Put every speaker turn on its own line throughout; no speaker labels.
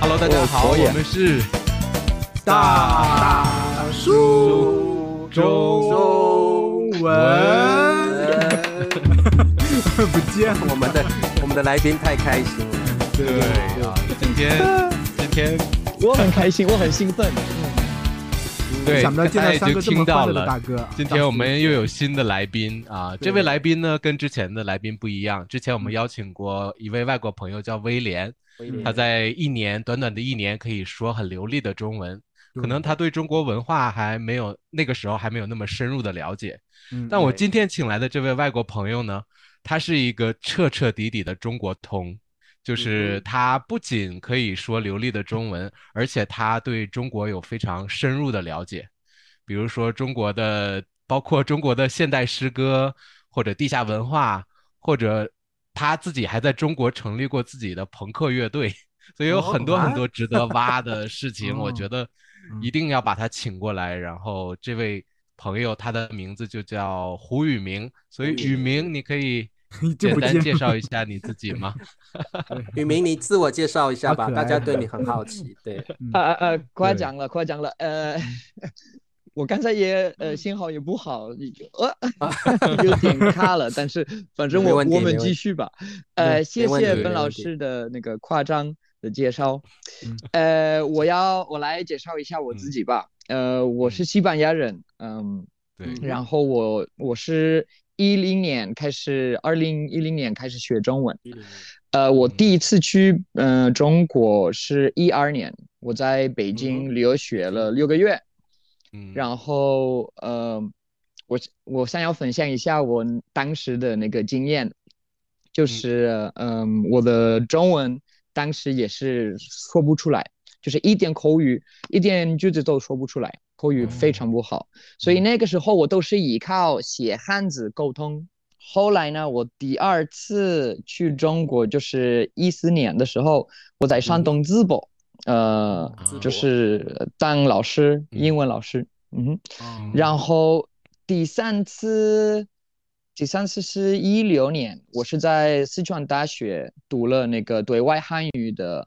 Hello，大家好，
哦我也
我们是
大
叔中文。
不见了。
我们的我们的来宾太开心了，
对啊，今天 今天
我很开心，我很兴奋。
对，
想不到见
大家
到
已
三
经
个这
听
么
到
快乐的
了
大。哥。
今天我们又有新的来宾啊！这位来宾呢，跟之前的来宾不一样。之前我
嗯
们邀请过一位外国朋友叫威廉，他在一年短短的一年可以说很流利的中文，可能他对中国文化还没有那个时候还没有那么深入的了解。
嗯，
但我今天请来的这位外国朋友呢，他是一个彻彻底底的中国通，
嗯
就是他不仅可以说流利的中文，而且他对中国有非常深入的了解，比如说中国的，包括中国的现代诗歌或者地下文化，或者他自己还在中国成立过自己的朋克乐队。所以有
哦
很多
啊
很多值得挖的事情，我
哦
觉得
嗯
一定要把他请过来。然后这位朋友，他的名字就叫胡宇明，所以
胡宇
宇明，你可 以
你就
简
不
单
见
介绍一下你自己吗？
宇明，你自我介绍一下吧，
好可
大
爱
家对你很好奇。嗯对，
嗯
啊啊啊！夸奖了，夸奖了。呃， 我刚才也呃信号也不好，你就呃 有点 卡了，但是反正
没
我
问题
我
没
们
问
继
题
续吧。
没
呃，谢
问
谢
题没
本老
问题
师的那个夸张的介绍
嗯。
呃，我要我来介绍一下我自己吧。呃，我是西班牙人，嗯，
对，
嗯
然后我我是一零年开始，二零一零年开始学中文。呃，我
嗯
第一次去嗯、呃中国是一二年，我在北
嗯
京留学了六个月，
嗯，
然后呃，我我想要分享一下我当时的那个经验，就是嗯、我的中文当时也是说不出来，就是一点口语，一点句子都说不出来，口语非常不好，所以那个时候我都是依靠写汉字沟通。后来呢，我第二次去中国就是一四年的时候，我在山东淄博，呃
淄，
博
就是当老师，
嗯
英文老师，嗯哼。
嗯
然后第三次，第三次是一六年，我是在四川大学读了那个对外汉语的，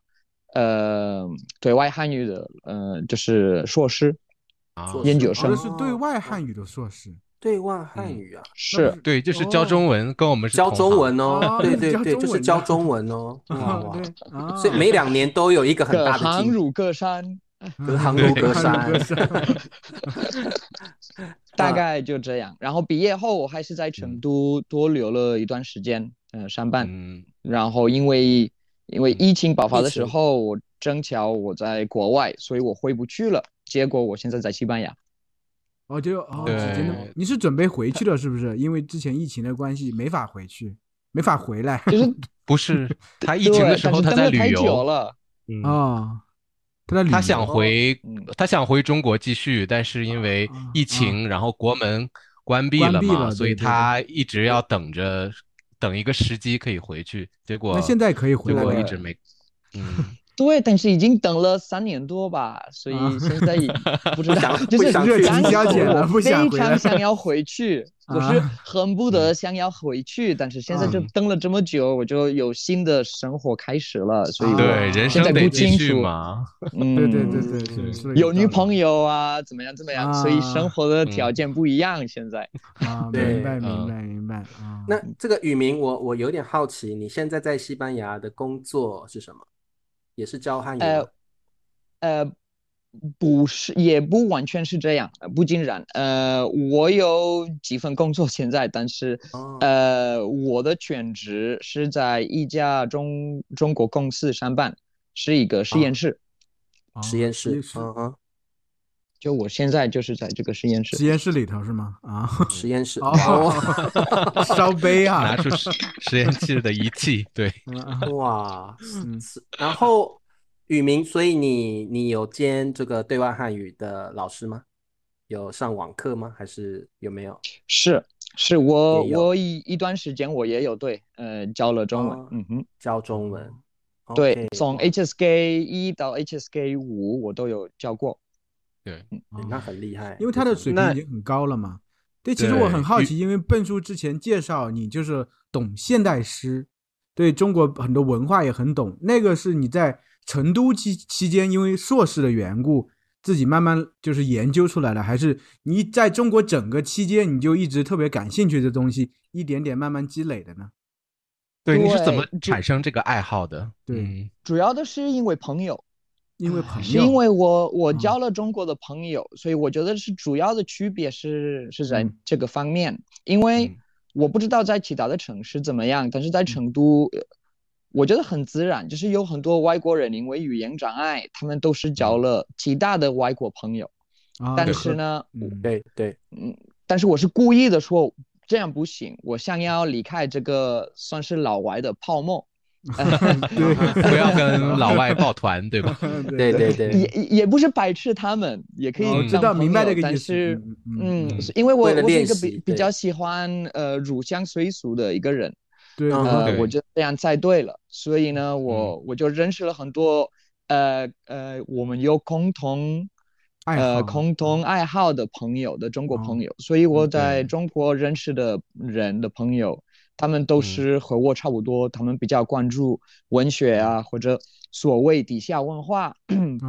呃，对外汉语的，呃，就是硕士
啊
做
研究
哦那
生，
是对外汉语的硕士，
啊对外汉语啊，
是
对，就是教中
文。
文，跟我们是
哦教
同
中
行，
文哦
哦，
对对
教
对，
中
就是
文
教
的
中文哦，哇
哦
哇，
对啊，
所以每两年都有一个很
各
大的
行
进
如各山，
隔行如隔山
隔山
大
啊嗯
概就这样。然后毕业后，我还是在成都多留了一段时间，嗯，上班。
嗯
然后因为因为疫情爆发
疫
的时
情
候，我正巧我在国外，所以我回不去了。结果我现在在西班牙，
哦，就哦，
对
是真的，你是准备回去的，是不是？因为之前疫情的关系，没法回去，没法回来
就是
不 是，他疫
对，
情
但
的
是
时候他
真
在
的
旅
太久
游，
了，
嗯
哦。他在旅
他
游
想回
嗯，
他想回中国继续，但是因为
哦啊
疫情，然后国门关闭
关
了
闭
嘛，
了
所
对
以
对对
他一直要等着，等一个时机可以回去。结果
那现在可以回
结
来
果
了
一
吗。
直 没，嗯，
对，但是已经等了三年多吧，所以
啊
现 在已不知
不
道，
想
就
不
是
想
热
去
情
当
消
时
减
我
了不想
非
回
常
来
想要回 去，我是
啊
恨不得想要回去，但是现在就
嗯
等了这么久，我就有新的生活开始了，所以
啊
对，人
现
生
在
得
不
继
清
续
楚，
嘛，
嗯，
对对对对对，是的
有女
道理
朋友啊，怎么样怎么样，所以生
啊
活的
嗯
条件不一样。现在
啊，
对
明白
嗯
明白明白啊。
那这个宇明，我我有点好奇，你现在在西班牙的工作是什么？也是教汉语吗？
呃，不是，也不完全是这样，呃不尽然。呃，我有几份工作现在，但是
哦
呃，我的全职是在一家中中国公司上班，是一个实验室。
哦
实验室，
实
嗯嗯，
就我现在就是在这个实验室
实。验室里头是吗？啊，
嗯实验室，
哦
哇
烧杯啊
哦拿，出实实验室的仪器， 对，
哇，
嗯
是然后宇明，所以你你有兼这个对外汉语的老师吗？有上网课吗？还是有没有？
是是，我
也有
我一一段时间我也有对，呃，教了中文
哦。
嗯哼。
教中文？
对
OK，，
从
哇
HSK 一到 HSK 五我都有教过。
对那很厉害，
哦因为他的水平
那
已经很高了嘛。对，其实我
对
很好
与
奇，因为笨叔之前介绍你就是懂现代诗，对中国很多文化也很懂，那个是你在成都期期间，因为硕士的缘故，自己慢慢就是研究出来了，还是你在中国整个期间，你就一直特别感兴趣的东西，一点点慢慢积累的呢？
对，你是怎么
对就
产生这个爱好的？
对
嗯
主要的是因为朋友，
因为朋友，
啊是因为我我
啊嗯
交了中国的朋友，所以我觉得是主要的区别是是在
嗯
这个方面，因为
嗯
我不知道在其他的城市怎么样，但是在成都，
嗯
呃我觉得很自然，就是有很多外国人因为语言障碍，他们都是交了其他的外国朋友，
啊
但
对
是，呢，
对嗯，
对对，
但是我是故意的说这样不行，我想要离开这个算是老外的泡沫，
对，
不要跟老外抱团，对 吧？
对对对
也也也不是排斥他们，也可以
我
嗯
哦知
当
道，
朋
明白
友
这个意
但
思。
是
嗯，
嗯，
嗯
是因为我
为了
我是一
练
个
习
比
对
比较喜欢呃入乡随俗的一个人，
对，
嗯
呃，
对
我觉得这样才对了。所以
嗯
呢，我我就认识了很多呃呃，我们有共同
爱好哦
呃共同爱好的朋友的中国朋友，所以我在
对
中国认识的人的朋友，他们都
嗯
是和我差不多，他们比较关注文学啊，或者所谓底下文化、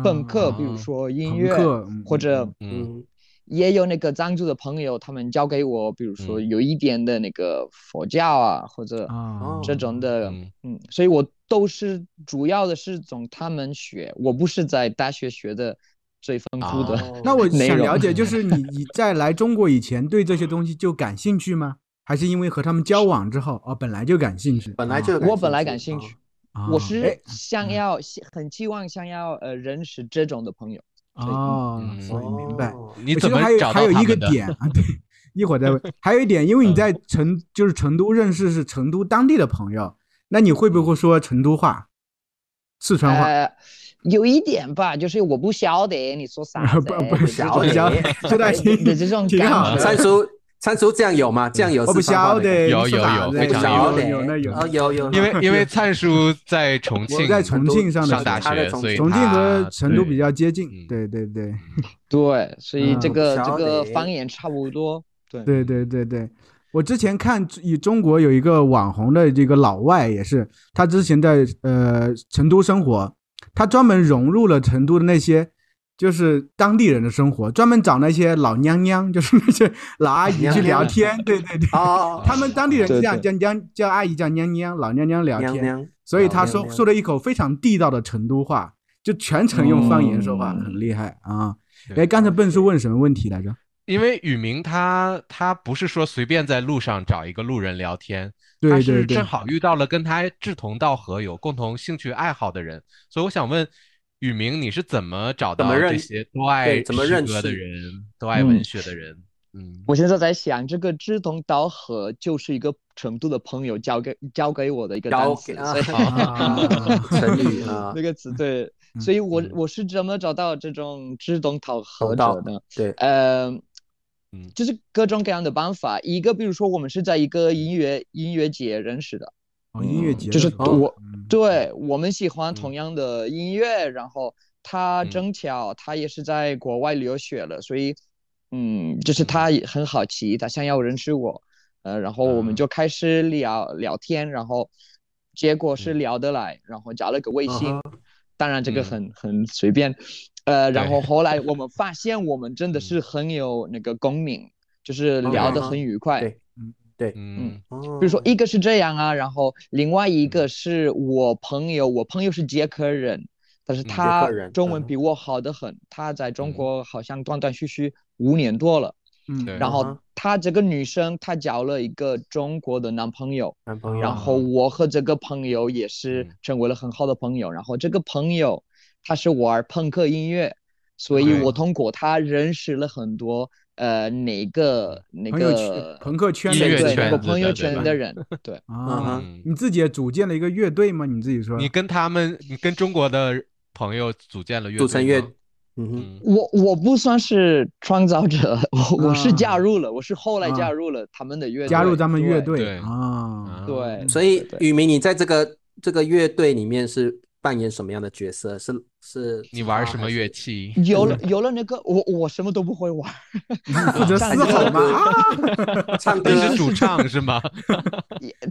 本科，比如
哦
说音
嗯啊朋
乐
克嗯
或
嗯
者。
嗯
嗯，
嗯
也有那个藏族的朋友，他们教给我，比如说
嗯哦
有一点的那个佛教啊，或者
啊，
这种的，
嗯
嗯，所以我都是主要的是从他们学，我不是在大学学的最丰富的。
哦
那我
内
想
容
了解，就是你你在来中国以前对这些东西就感兴趣吗？还是因为和他们交往之后哦，本来就感兴趣？
本来就有
我本来感
感
兴
兴
趣，
哦
啊
啊
我
哎
是想
嗯
要、很期望想要呃认识这种的朋友。所以
哦，
嗯
所以明白。
哦
你
其
怎
实
么
还有
找
还
到
有
他
一个
们的？嗯
点啊，对，一会儿再问。还有一点，因为你在成就是成都认识是成都当地的朋友，那你会不
嗯
会说成都话、四川话？
呃，有一点吧，就是我不晓得你 说啥
不
子，
不
就这
晓
种
得，知道听
的这种
挺
感
好的
觉
三哦叔，三叔酱有吗？酱油
我不
四川话
晓
的感
得，
觉，
有
你说
有
啥
有
子
非常
有
有
有那有
哦，有 有，
因为因为灿叔在重庆，
我在重庆上的
上
学
大
他在
学，
重
所以
庆
重庆和
他
成都
啊对
比较 接近
嗯，
对对对
对，所以这
嗯
个这
晓
个
得
方言差不多。对，
对对对对。我之前看以中国有一个网红的这个老外也是，他之前在呃成都生活，他专门融入了成都的那些就是当地人的生活，专门找那些老娘娘，就是那些老阿姨去聊天，对对对，
哦，
他们当地人是这样叫
对
娘叫阿姨叫娘娘，老娘娘聊
娘
天，
娘，
所以他
老
说
娘娘
说了一口非常地道的成都话，就全程用方言说话，
嗯
很厉害啊！
对
哎，刚才笨叔问什么问题来着？
因为宇明他他不是说随便在路上找一个路人聊天，
对
他
对
是
对
正，好遇到了跟他志同道合、有共同兴趣爱好的人，所以我想问宇明，你是怎么找
怎么
到
认
这些都爱
对怎么
诗
认
歌的
识
人、
嗯
都爱文学的人？嗯
我现在在想，这个志同道合就是一个成都的朋友教给教给我的一个单
交
词，
啊
所以
啊
成语啊
那，个词对
嗯，
所以我
嗯
我是怎么找到这种志同道合
道
者的？
对，
呃
嗯，
就是各种各样的办法。一个比如说，我们是在一个音乐音乐节认识的，
哦，音乐节的
就是
时候
我
嗯
对我们喜欢
嗯
同样的音乐，然后他
嗯
正巧他也是在国外留学了，所以嗯，就是他也很好奇，他想要认识我，呃，然后我们
啊
就开始聊聊天，然后结果
嗯
是
啊
聊得来，然后加了个微
嗯
信
哼，
当然这个
嗯
很很随便，呃，然
对嗯
后后来我们发现我们真的是很有那个共鸣，
啊
就是聊得
嗯哼
很愉快。
对
嗯
哦
比如说一个是这样啊，然后另外一个是我朋友，我朋友是捷克人，但是
嗯捷
他
克人
中文
嗯
比我好得很，他在中
嗯
国好像断断续续五年多了，
嗯
对
然
嗯哼
后她这个女生她交了一个中国的男朋友，
男朋
然
友，啊
后我和这个朋友也是
嗯
成为了很好的朋友，然后这个朋友他是玩朋克音乐，
哎
所以
对
我通过他认识了很多呃哪个哪
朋友
个
圈朋克圈
音
的
乐
人
对
圈
哪个
子
朋友
的对
圈
吧
的人，对。
啊
嗯，
你自己也组建了一个乐队吗？你自己
嗯
说
你跟他们，你跟中国的朋友组建了乐
组成
队
乐
吗，
嗯哼，
嗯
我我不算是创造者， 我我是加
啊
入了，我是后来
啊
加入了他们的乐队，
加入咱们乐
对
队
对
啊？
啊
对，
所以
对
宇明你在这个这个乐队里面是扮演什么样的角色？是是，
你玩
吉他
什么
啊还是
乐？器？
有了有了那个，我我什么都不会玩，
啊
负责
感
嘶
觉
吼嘛啊！
唱歌
你是主唱是吗？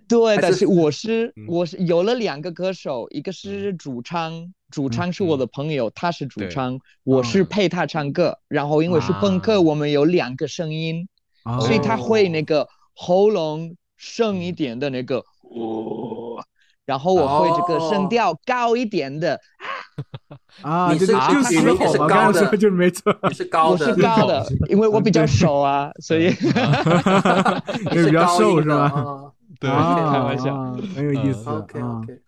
对，
还
但
是
是我是
嗯
我是有了两个歌手，
嗯
一个是主唱，主唱是我的朋友，他是主
对
唱，我是
嗯
配他唱歌，然后因为是朋
啊
克，我们有两个声音，
哦嗯
所以他会那个喉咙深一点的那个，哦，然后我会这个声
哦
调高一点的，
啊，
你
就是就
啊
嘶吼嘛，
你是高的
刚才说就是没 错，
你是高
我
的，嗯
是 高的，因为我比较瘦啊，所以
你
就比较
高
瘦
音
是
的
吧？
哦
对，
啊
开玩笑
啊 很有意思。
嗯
，OK
啊
OK，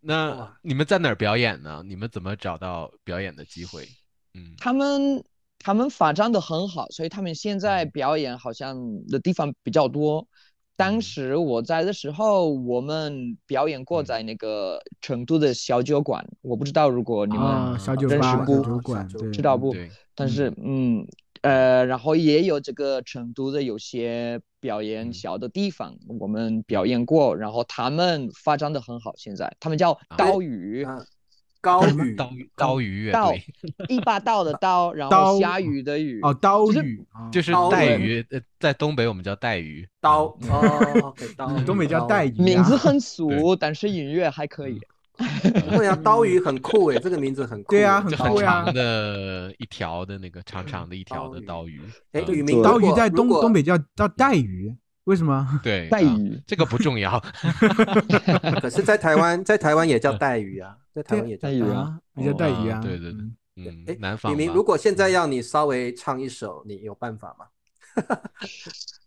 那
哇
你们在哪儿表演呢？你们怎么找到表演的机会？嗯，
他们他们发展的很好，所以他们现在
嗯
表演好像的地方比较多。当
嗯
时我在的时候，我们表演过
嗯
在那个成都的小酒馆，我不知道如果你们
啊，小酒
认
吧、
识不
小酒馆，
小酒
对，
知道不
对，
嗯
但是，嗯，呃，然后也有这个成都的有些表演
嗯
小的地方，我们表演过，然后他们发展的很好，现在他们叫刀鱼，
啊，高
刀
语
鱼刀鱼乐
刀
队
一把刀的刀，然
刀
后下雨的雨，
哦，刀
就是
语 啊
就是
刀
带
鱼
鱼，呃在东北我们叫带鱼。
刀
嗯
哦，OK，刀
嗯东北叫
带。
带鱼啊，嗯
名字很俗，但是音乐还可以。
对啊，刀鱼很酷诶，这个名字很酷诶。
对啊很
就
酷
嗯很
对呀
长的一条的那个长长的一条的刀
刀
鱼，
哎，
嗯
雨明，
刀鱼在东东
北，
北叫叫带鱼，为什么？
对
带
啊
鱼
这个不重 要，
可是，在台湾，在台湾也叫带鱼啊，在台湾也叫
带鱼啊
啊，也叫带鱼啊，
啊对对对
嗯
嗯
哎，
南方
雨明，
吧
如果现在要你稍微唱一首，你有办法吗？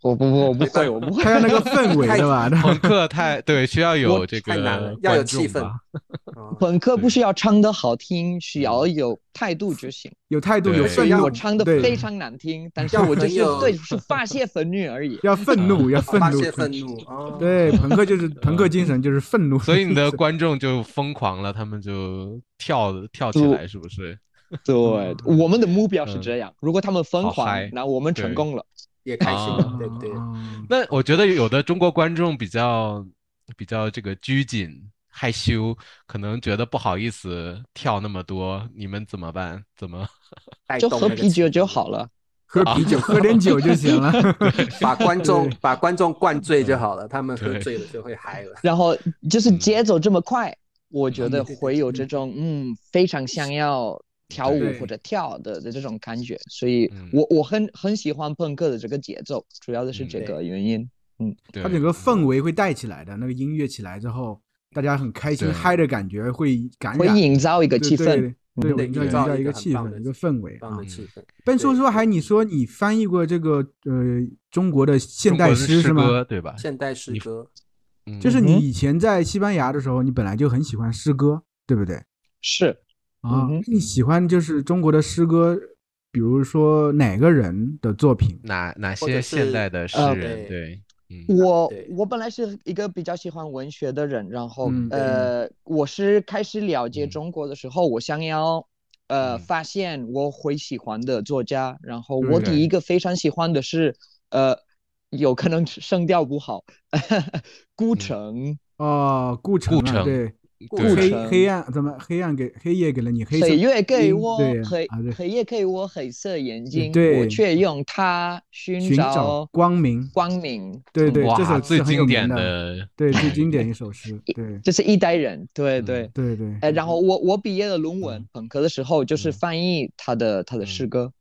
我不不我不会，我不会
他。要那个氛围
太
对吧？
朋克 太对，需要有这个
太难了要有
观众
气氛
吧
哦
本科不
对
需要唱的好听，需要有态度就行。
有态度，
对
有
虽
愤
然
怒，
我唱
嗯
的
对
非常难听，但是
要
我就
很
是
有
对，就是发泄愤怒而已。
要愤
嗯
怒，要愤
发
怒
泄，愤怒哦，，
对，朋克就是朋克精神，就是愤怒。
所以你 的观众就疯狂了，他们就跳跳起
就
来，是不是？
对，我们的目标是
嗯
这样。如果他们疯
好
狂
嗨，
那我们成
对
功了。
也开心
啊
了，对不对？
嗯
那我觉得有的中国观众比较比较这个拘谨害羞，可能觉得不好意思跳那么多，你们怎么办？怎么？
带
就
动
喝
那个
啤酒
气
就
氛
好了。
喝啤酒，喝点酒就行了。
把观众
对
把观众灌醉就好了，他们喝
对
醉了就会嗨了。
然后就是
嗯
节奏这么快，我觉
嗯
得
对对
会有这种嗯非常想要跳舞
对
或者跳的的这种感觉，所以
嗯
我我很很喜欢朋克的这个节奏，主要的是
嗯
这
对
个原因。
对，
它整个氛围会带起来的，那个音乐起来之后，大家很开心
对
嗨的感觉会感
会
染
营造一个气氛，嗯
对，
对
对，对营造
营
营
造
造
一
一
个
个
很
气
棒
氛，
的
一个氛围
棒
啊
的。气氛。
但说
对
说还，你说你翻译过这个呃中国的现
中国
代
的
诗是
诗
吗？
歌对吧？
现代诗歌，
嗯
就是
嗯
你
哼
以前在西班牙的时候，你本来就很喜欢诗歌，对不对？
是
啊
嗯，哼
那你喜欢就是中国的诗歌，比如说哪个人的作品？
哪哪
或者
些现
是
代的诗
呃
人？
对
对，嗯
我
对
我本来是一个比较喜欢文学的人，然后
嗯
呃，我是开始了解
嗯
中国的时候，我想要呃
嗯
发现我会喜欢的作家，然后
对
我第
对
一个非常喜欢的是呃，有可能声调不好， 顾
嗯
城，
哦，顾城
顾
啊
城
对，
顾
对
黑
城
黑暗怎么黑暗给黑夜给了你黑色
黑月给
眼睛
我
对
黑
啊对
黑夜给我黑色眼睛，我
对
却用它寻
寻找光明
光明，
对
嗯
对这
哇，
首
最
是很有
经
名
典
的
的，
对最 经典一首诗，对
这是一代人，对
嗯
对。
对对
哎，然后我我毕业的论文
嗯，
本科的时候就是
嗯
翻译他的他的诗
嗯
歌，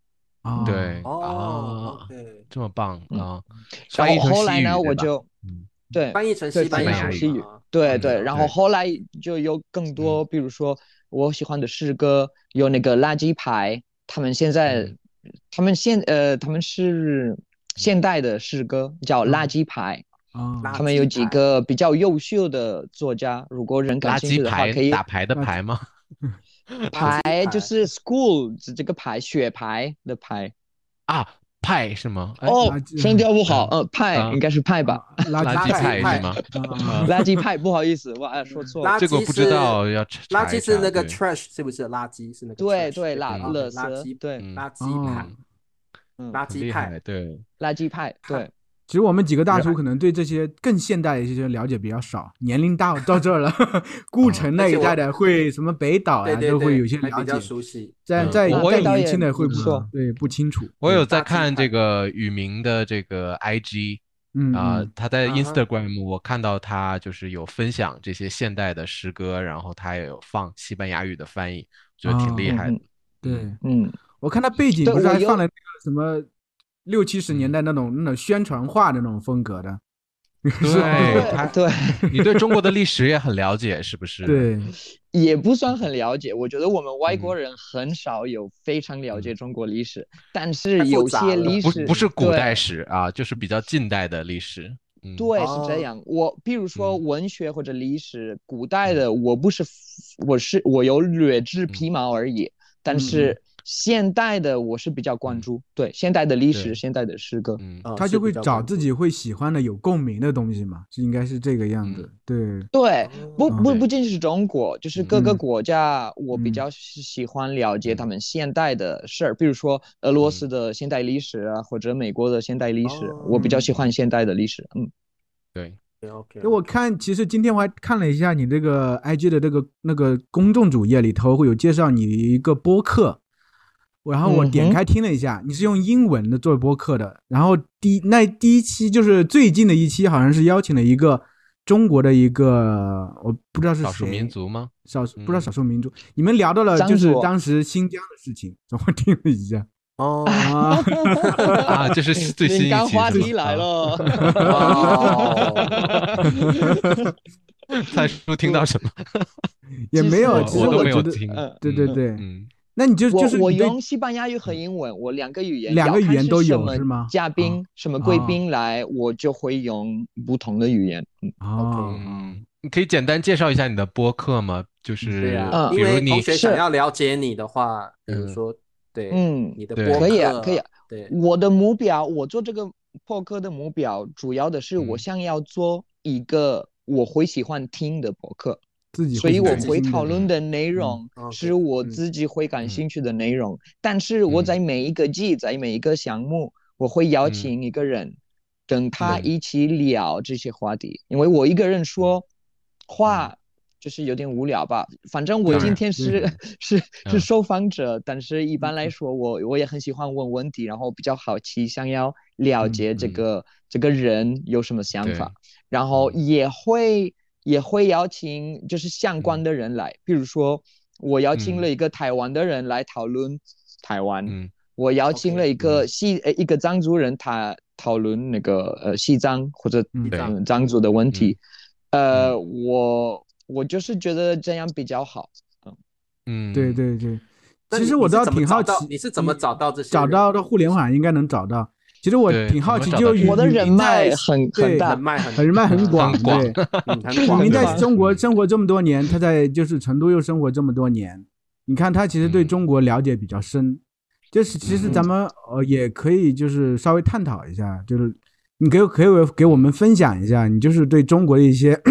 啊
对
哦
啊，
，OK，
这么棒
嗯
啊！
然
翻译
后
成
后
西
来呢，
语对吧
我就
嗯
对
翻译成
对
西班
西班
牙
牙
语
语
嘛
嘛
对
嗯
对，然后
对嗯
后来就有更多，比如说我喜欢的诗歌，有那个垃圾牌，他们现在
嗯
他们现呃他们是现代的诗歌叫垃
嗯
圾牌，
啊
垃
他们有
圾
几
牌
个比较优秀的作家，如果人感
垃
兴趣
圾
的话，
牌
可以
打牌的
垃圾
牌吗？
垃圾
牌
牌
就是 school 这这个牌雪牌的牌。
啊，派是吗？哎
哦
垃，圾
声调不好，嗯，派
啊
应该是派吧，
垃
垃圾
圾
派
派
是吗？
啊
垃圾派，不好意思，哇，说错了
垃，
这个
圾
不知
是
道要查
垃
一
圾是
查
那个
对
trash 是不是？垃圾是那个
对
trash，哦
对，
不
垃
嗯
垃
垃圾
圾，对，
嗯
垃圾
哦
牌，
嗯
嗯，
垃
很
圾
厉害
派，
对
垃圾派，对，
其实我们几个大
热
叔可能对这些更现代的一些了解比较少，年龄到到这儿了， 顾城那
嗯而且
一
我
代的会什么北岛
对
呀，
对
都会
对，
有些
还
了
比较
解。
熟悉。
在
嗯
在
我我
在
有
年轻的会
不错
对不清楚。
我有在
大
看
鸡
这个雨明的这个 IG
嗯
啊、
嗯
他在
啊哈
Instagram 我看到他就是有分享这些现代的诗歌，然后他也有放西班牙语的翻译，觉得挺厉
哦
害的。
对
嗯，
我看他背景
对
不是
我
还
有
放了那个什么六七十年代那种那种宣传画的那种风格的，是吧
对，他
对，
你对中国的历史也很了解，是不是？，
对，
也不算很了解。我觉得我们外
嗯
国人很少有非常了解中国历史，但
太
是
复
有
杂
些
了
历
不
史
不是古
对
代史啊，就是比较近代的历史。嗯，
对，是
哦
这样。我比如说
嗯
文学或者历史，古代的我不是，我是我有略知
嗯
皮毛而已。但是现代的我是比较关注，对现代的历
嗯对
史、现代的诗歌。
嗯，
啊
他
是
就
比
会
较
找
关
自
注
己会喜欢的、有共鸣的东西嘛，就应该是这个
嗯
样子。对，
哦
对，不
嗯
不
对
不仅是中国，就是各个
嗯
国家，我比
嗯
较喜喜欢了解他
嗯
们现代的事儿，比如说俄
嗯
罗斯的现代历史啊，或者美国的现代历史，我比
哦
较喜欢现代的历史。嗯，
对，
对 OK，
因哎为我看，其实今天我还看了一下你这个 IG 的这个那个公众主页里头会有介绍你一个播客，然后我点
嗯哼
开听了一下，你是用英文的做播客的，然后第那第一期就是最近的一期，好像是邀请了一个中国的一个我不知道是
少数
谁
民族吗？
少数不知
嗯
道少数民族，你们聊到了
藏
就是
族。
当时新疆的事情，然后听了 一下
哦，
啊
啊， 这是最新
敏
一
感
期
话
是
题
吗
来了。
哦
啊蔡叔听到什么？
也没有，
我
其
其
实
实
都
我
没
觉
有
得，呃
听。
嗯
对对
嗯
对，
嗯，
那你 就就是
我我
你对
用西班牙语和英文，我两个语言，
两个
要看
语言
是
都
什
有
么
是吗哦
嘉宾、什么贵宾来，我就会用不同的语言。嗯，
哦，
嗯，你可以简单介绍一下你的播客吗？就是
对啊，
嗯
比
因
如
为同
你
学想
是
要了解你的话，比如
嗯
说对，
嗯
你的
对
播
可以啊
客
可以啊
对，
嗯
我的目标，我做这个播客的目标，主要的是
嗯
我想要做一个我会喜欢听的播客，
自己
所以我
喜
会
欢
讨论
的
的内容
嗯，OK，
是我
嗯
自己会感
嗯
兴趣的内容。但是我在每一个季，在每一个项目，我会邀请一个人，跟他
嗯
一起聊这些话题。因为我一个人说话就是有点无聊吧。反正我
当
今
然
天是是
嗯
是受访者，但是一般来说，我我也很喜欢问问题，然后比较好奇，想要了
嗯
解这
嗯
个这个人有什么想
对
法。然后
嗯
也会也会邀请就是相关的人来，比如说我邀请
嗯
了一个台湾的人来讨论台湾，
嗯
我邀请
OK，
了一个
嗯
西呃一个藏族人他讨论那个呃西藏或者
嗯
对
嗯藏族的问题，呃我我就是觉得这样比较好，
嗯，
对对对，
那
其
你
实
你
我
是
倒
怎么
挺
找
好
到
奇，
你是怎么找到这些
找
人
到的互联网应该能找到。其实我
对
挺好
怎么
奇，
找
就
到
雨
这个
我的
雨
人
明
脉
在
很
对
很大
人，脉很
人脉很广，
很广
对，
嗯很
雨
广
明
的
在
嘛
中国
嗯
生活这么多年，他在就是成都又生活这么多年，你看他其实对
嗯
中国了解比较深，就是其实咱们
嗯
呃也可以就是稍微探讨一下，就是你给可以给我们分享一下，你就是对中国的一些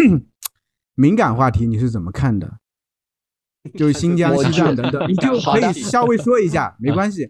敏感话题你是怎么看的？就是新疆、
我
西
觉
藏
得
等等，你就
好
可
的嗯
以稍微说一下，没关系。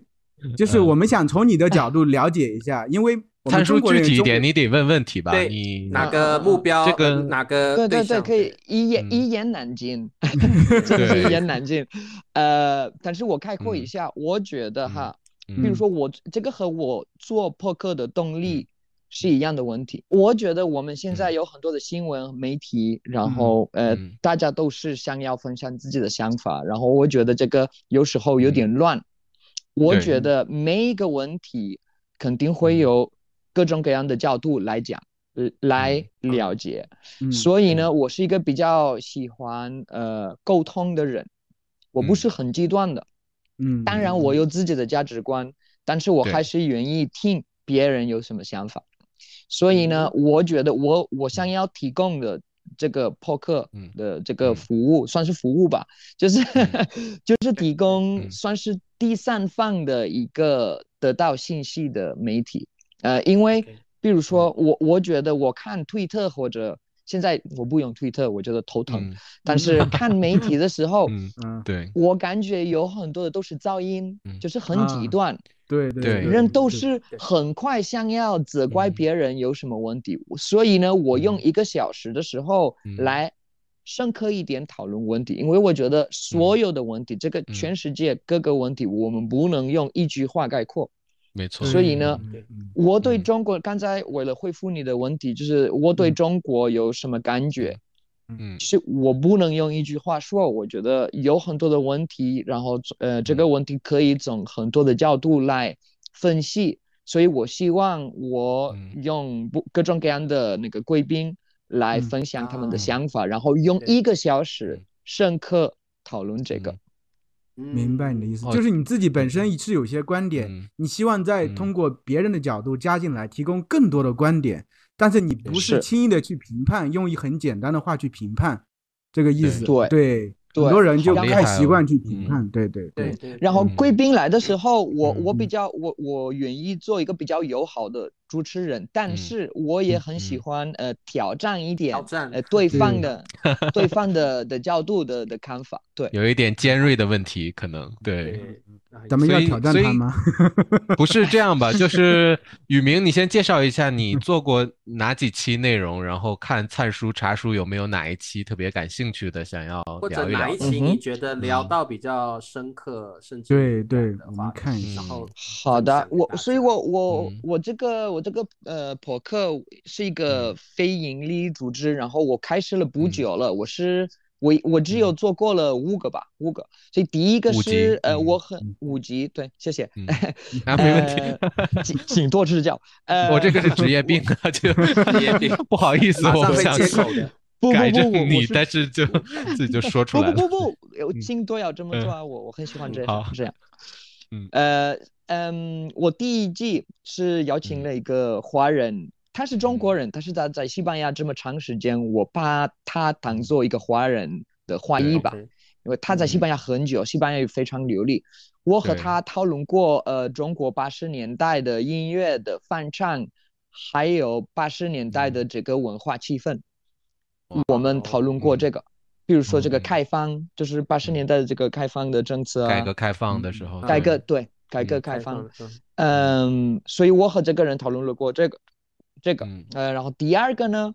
就是我们想从你的角度了解一下，因为我们
参
中
数
国
具
人
体一
中
点，
国
你得问问题吧？
对
你
哪
嗯
个
嗯
目
嗯
标
这个
哪个
对对对，
象
可以一言
嗯
一言难尽，真的是
对
一言难尽。呃，但是我概括一
嗯
下，我觉得哈，
嗯
比
嗯
如说我这个和我做播客的动力是一样的问题。我觉得我们现在
嗯
有很多的新闻媒体，然
嗯
后呃
嗯，
大家都是想要分享自己的想法，然后我觉得这个有时候有
嗯
点乱。我
对
觉得每一个问题肯定
嗯
会有各种各样的角度来讲，呃来了解。
嗯
所以呢，我是一个比较喜欢呃沟通的人，我不
嗯
是很极端的。
嗯，
当然，我有自己的价值观，但是我
对
还是愿意听别人有什么想法。所以呢，
嗯
我觉得我我想要提供的这个播客
嗯
的这个
嗯
服务，算是服务吧，就是就是提供
嗯
算是第三方的一个得到信息的媒体。呃，因为
OK
嗯
比如说我我觉得我看推特或者现在我不用推特，我觉得头疼。
嗯
但是看媒体的时候，
嗯，
嗯，
对，
我感觉有很多的都是噪音，
嗯
就是很极
啊
端。
对
对
人都
对
是
对
很快想要责怪
嗯
别人有什么问题，所以呢，我用
嗯
一个小时的时候
嗯
来深刻一点讨论问题，因为我觉得所有的问题，这个
嗯
全世界各个问题，我们不能用一句话概括。
没错。
所以呢
嗯嗯
我对
嗯
中国，刚才为了回复你的问题，就是我对
嗯
中国有什么感觉？
嗯
是我不能用一句话说，我觉得有很多的问题，然后呃，这
嗯
个问题可以从很多的角度来分析，所以我希望我
嗯
用不各种各样的那个贵宾来
嗯
分享他们的
啊
想法，然后用
对
一个小时
嗯
深刻讨论这个
嗯。
明白你的意思，
哦
就是你自己本身是有些观点，
嗯
你希望再通过别人的角度加进来，提供更多的观点，但是你不是
是
轻易的去评判，用一很简单的话去评判，这个意思。
对
对，
对
很多人就
好
不
厉
太
害
习
哦
惯去评
嗯
判。对对
对对，
然后
嗯
贵宾来的时候，我我
嗯
比较我我愿意做一个比较友好的主持人，
嗯
但是我也很喜
嗯
欢呃挑战一点
挑战
呃对方
嗯
的对方的的角度的的看法，对，
有一点尖锐的问题，可能对，
对，哎
咱们
所
要
以
挑战
所
他
以
吗？
不是这样吧？ 就是宇明，你先介绍一下你做过哪几期内容，然后看灿叔、茶叔有没有哪一期特别感兴趣的，想要
或者
聊一
哪
聊的。
一期
嗯
你
哼
觉得聊
嗯
到比较深刻，甚至
对
敏感
对
的
我们
话
看
题
一
然
下
后
好
分
的
享，给
我
大
所以
家
我我
嗯
我这个我这个呃博客是一
嗯
个非盈利组织，然后我开始了不
嗯
久了，我是我我只有
嗯
做过了五个吧，五个，所以第一个
五级
是呃
嗯
我很
嗯
五级，对，谢谢，
嗯啊，没问题，
呃，请请多指教。呃，
我这个是职业病 啊，就
职业病
不好意思，
马
我
上
不
会
想
接口的。
不不
改
不，我
正
我
你，
是
但是 就自己就说出
不
来了。
不不不，我
嗯
京都要这么
嗯
做啊，我我很喜欢
嗯
这样
好
这样。
嗯
呃嗯，我第一季是邀请
嗯
了一个华人，他是中国人，但是他在西班牙这么长时间，我把他当做一个华人的华
嗯对嗯
裔吧，
OK，
因为他在西班牙很久，西班牙语非常流利。我和
对
他讨论过，呃，中国八十年代的音乐的翻唱，还有八十年代
嗯
的整个文化气氛。我们讨论过
嗯
这个，比如说这个
嗯
开放，就是八十年代的这个开放的政策啊，
改革开放的时候，
改革
对
对改
嗯
革
开
开放，
了嗯
嗯，所以我和这个人讨论了过这个，这个
嗯，
呃，然后第二个呢，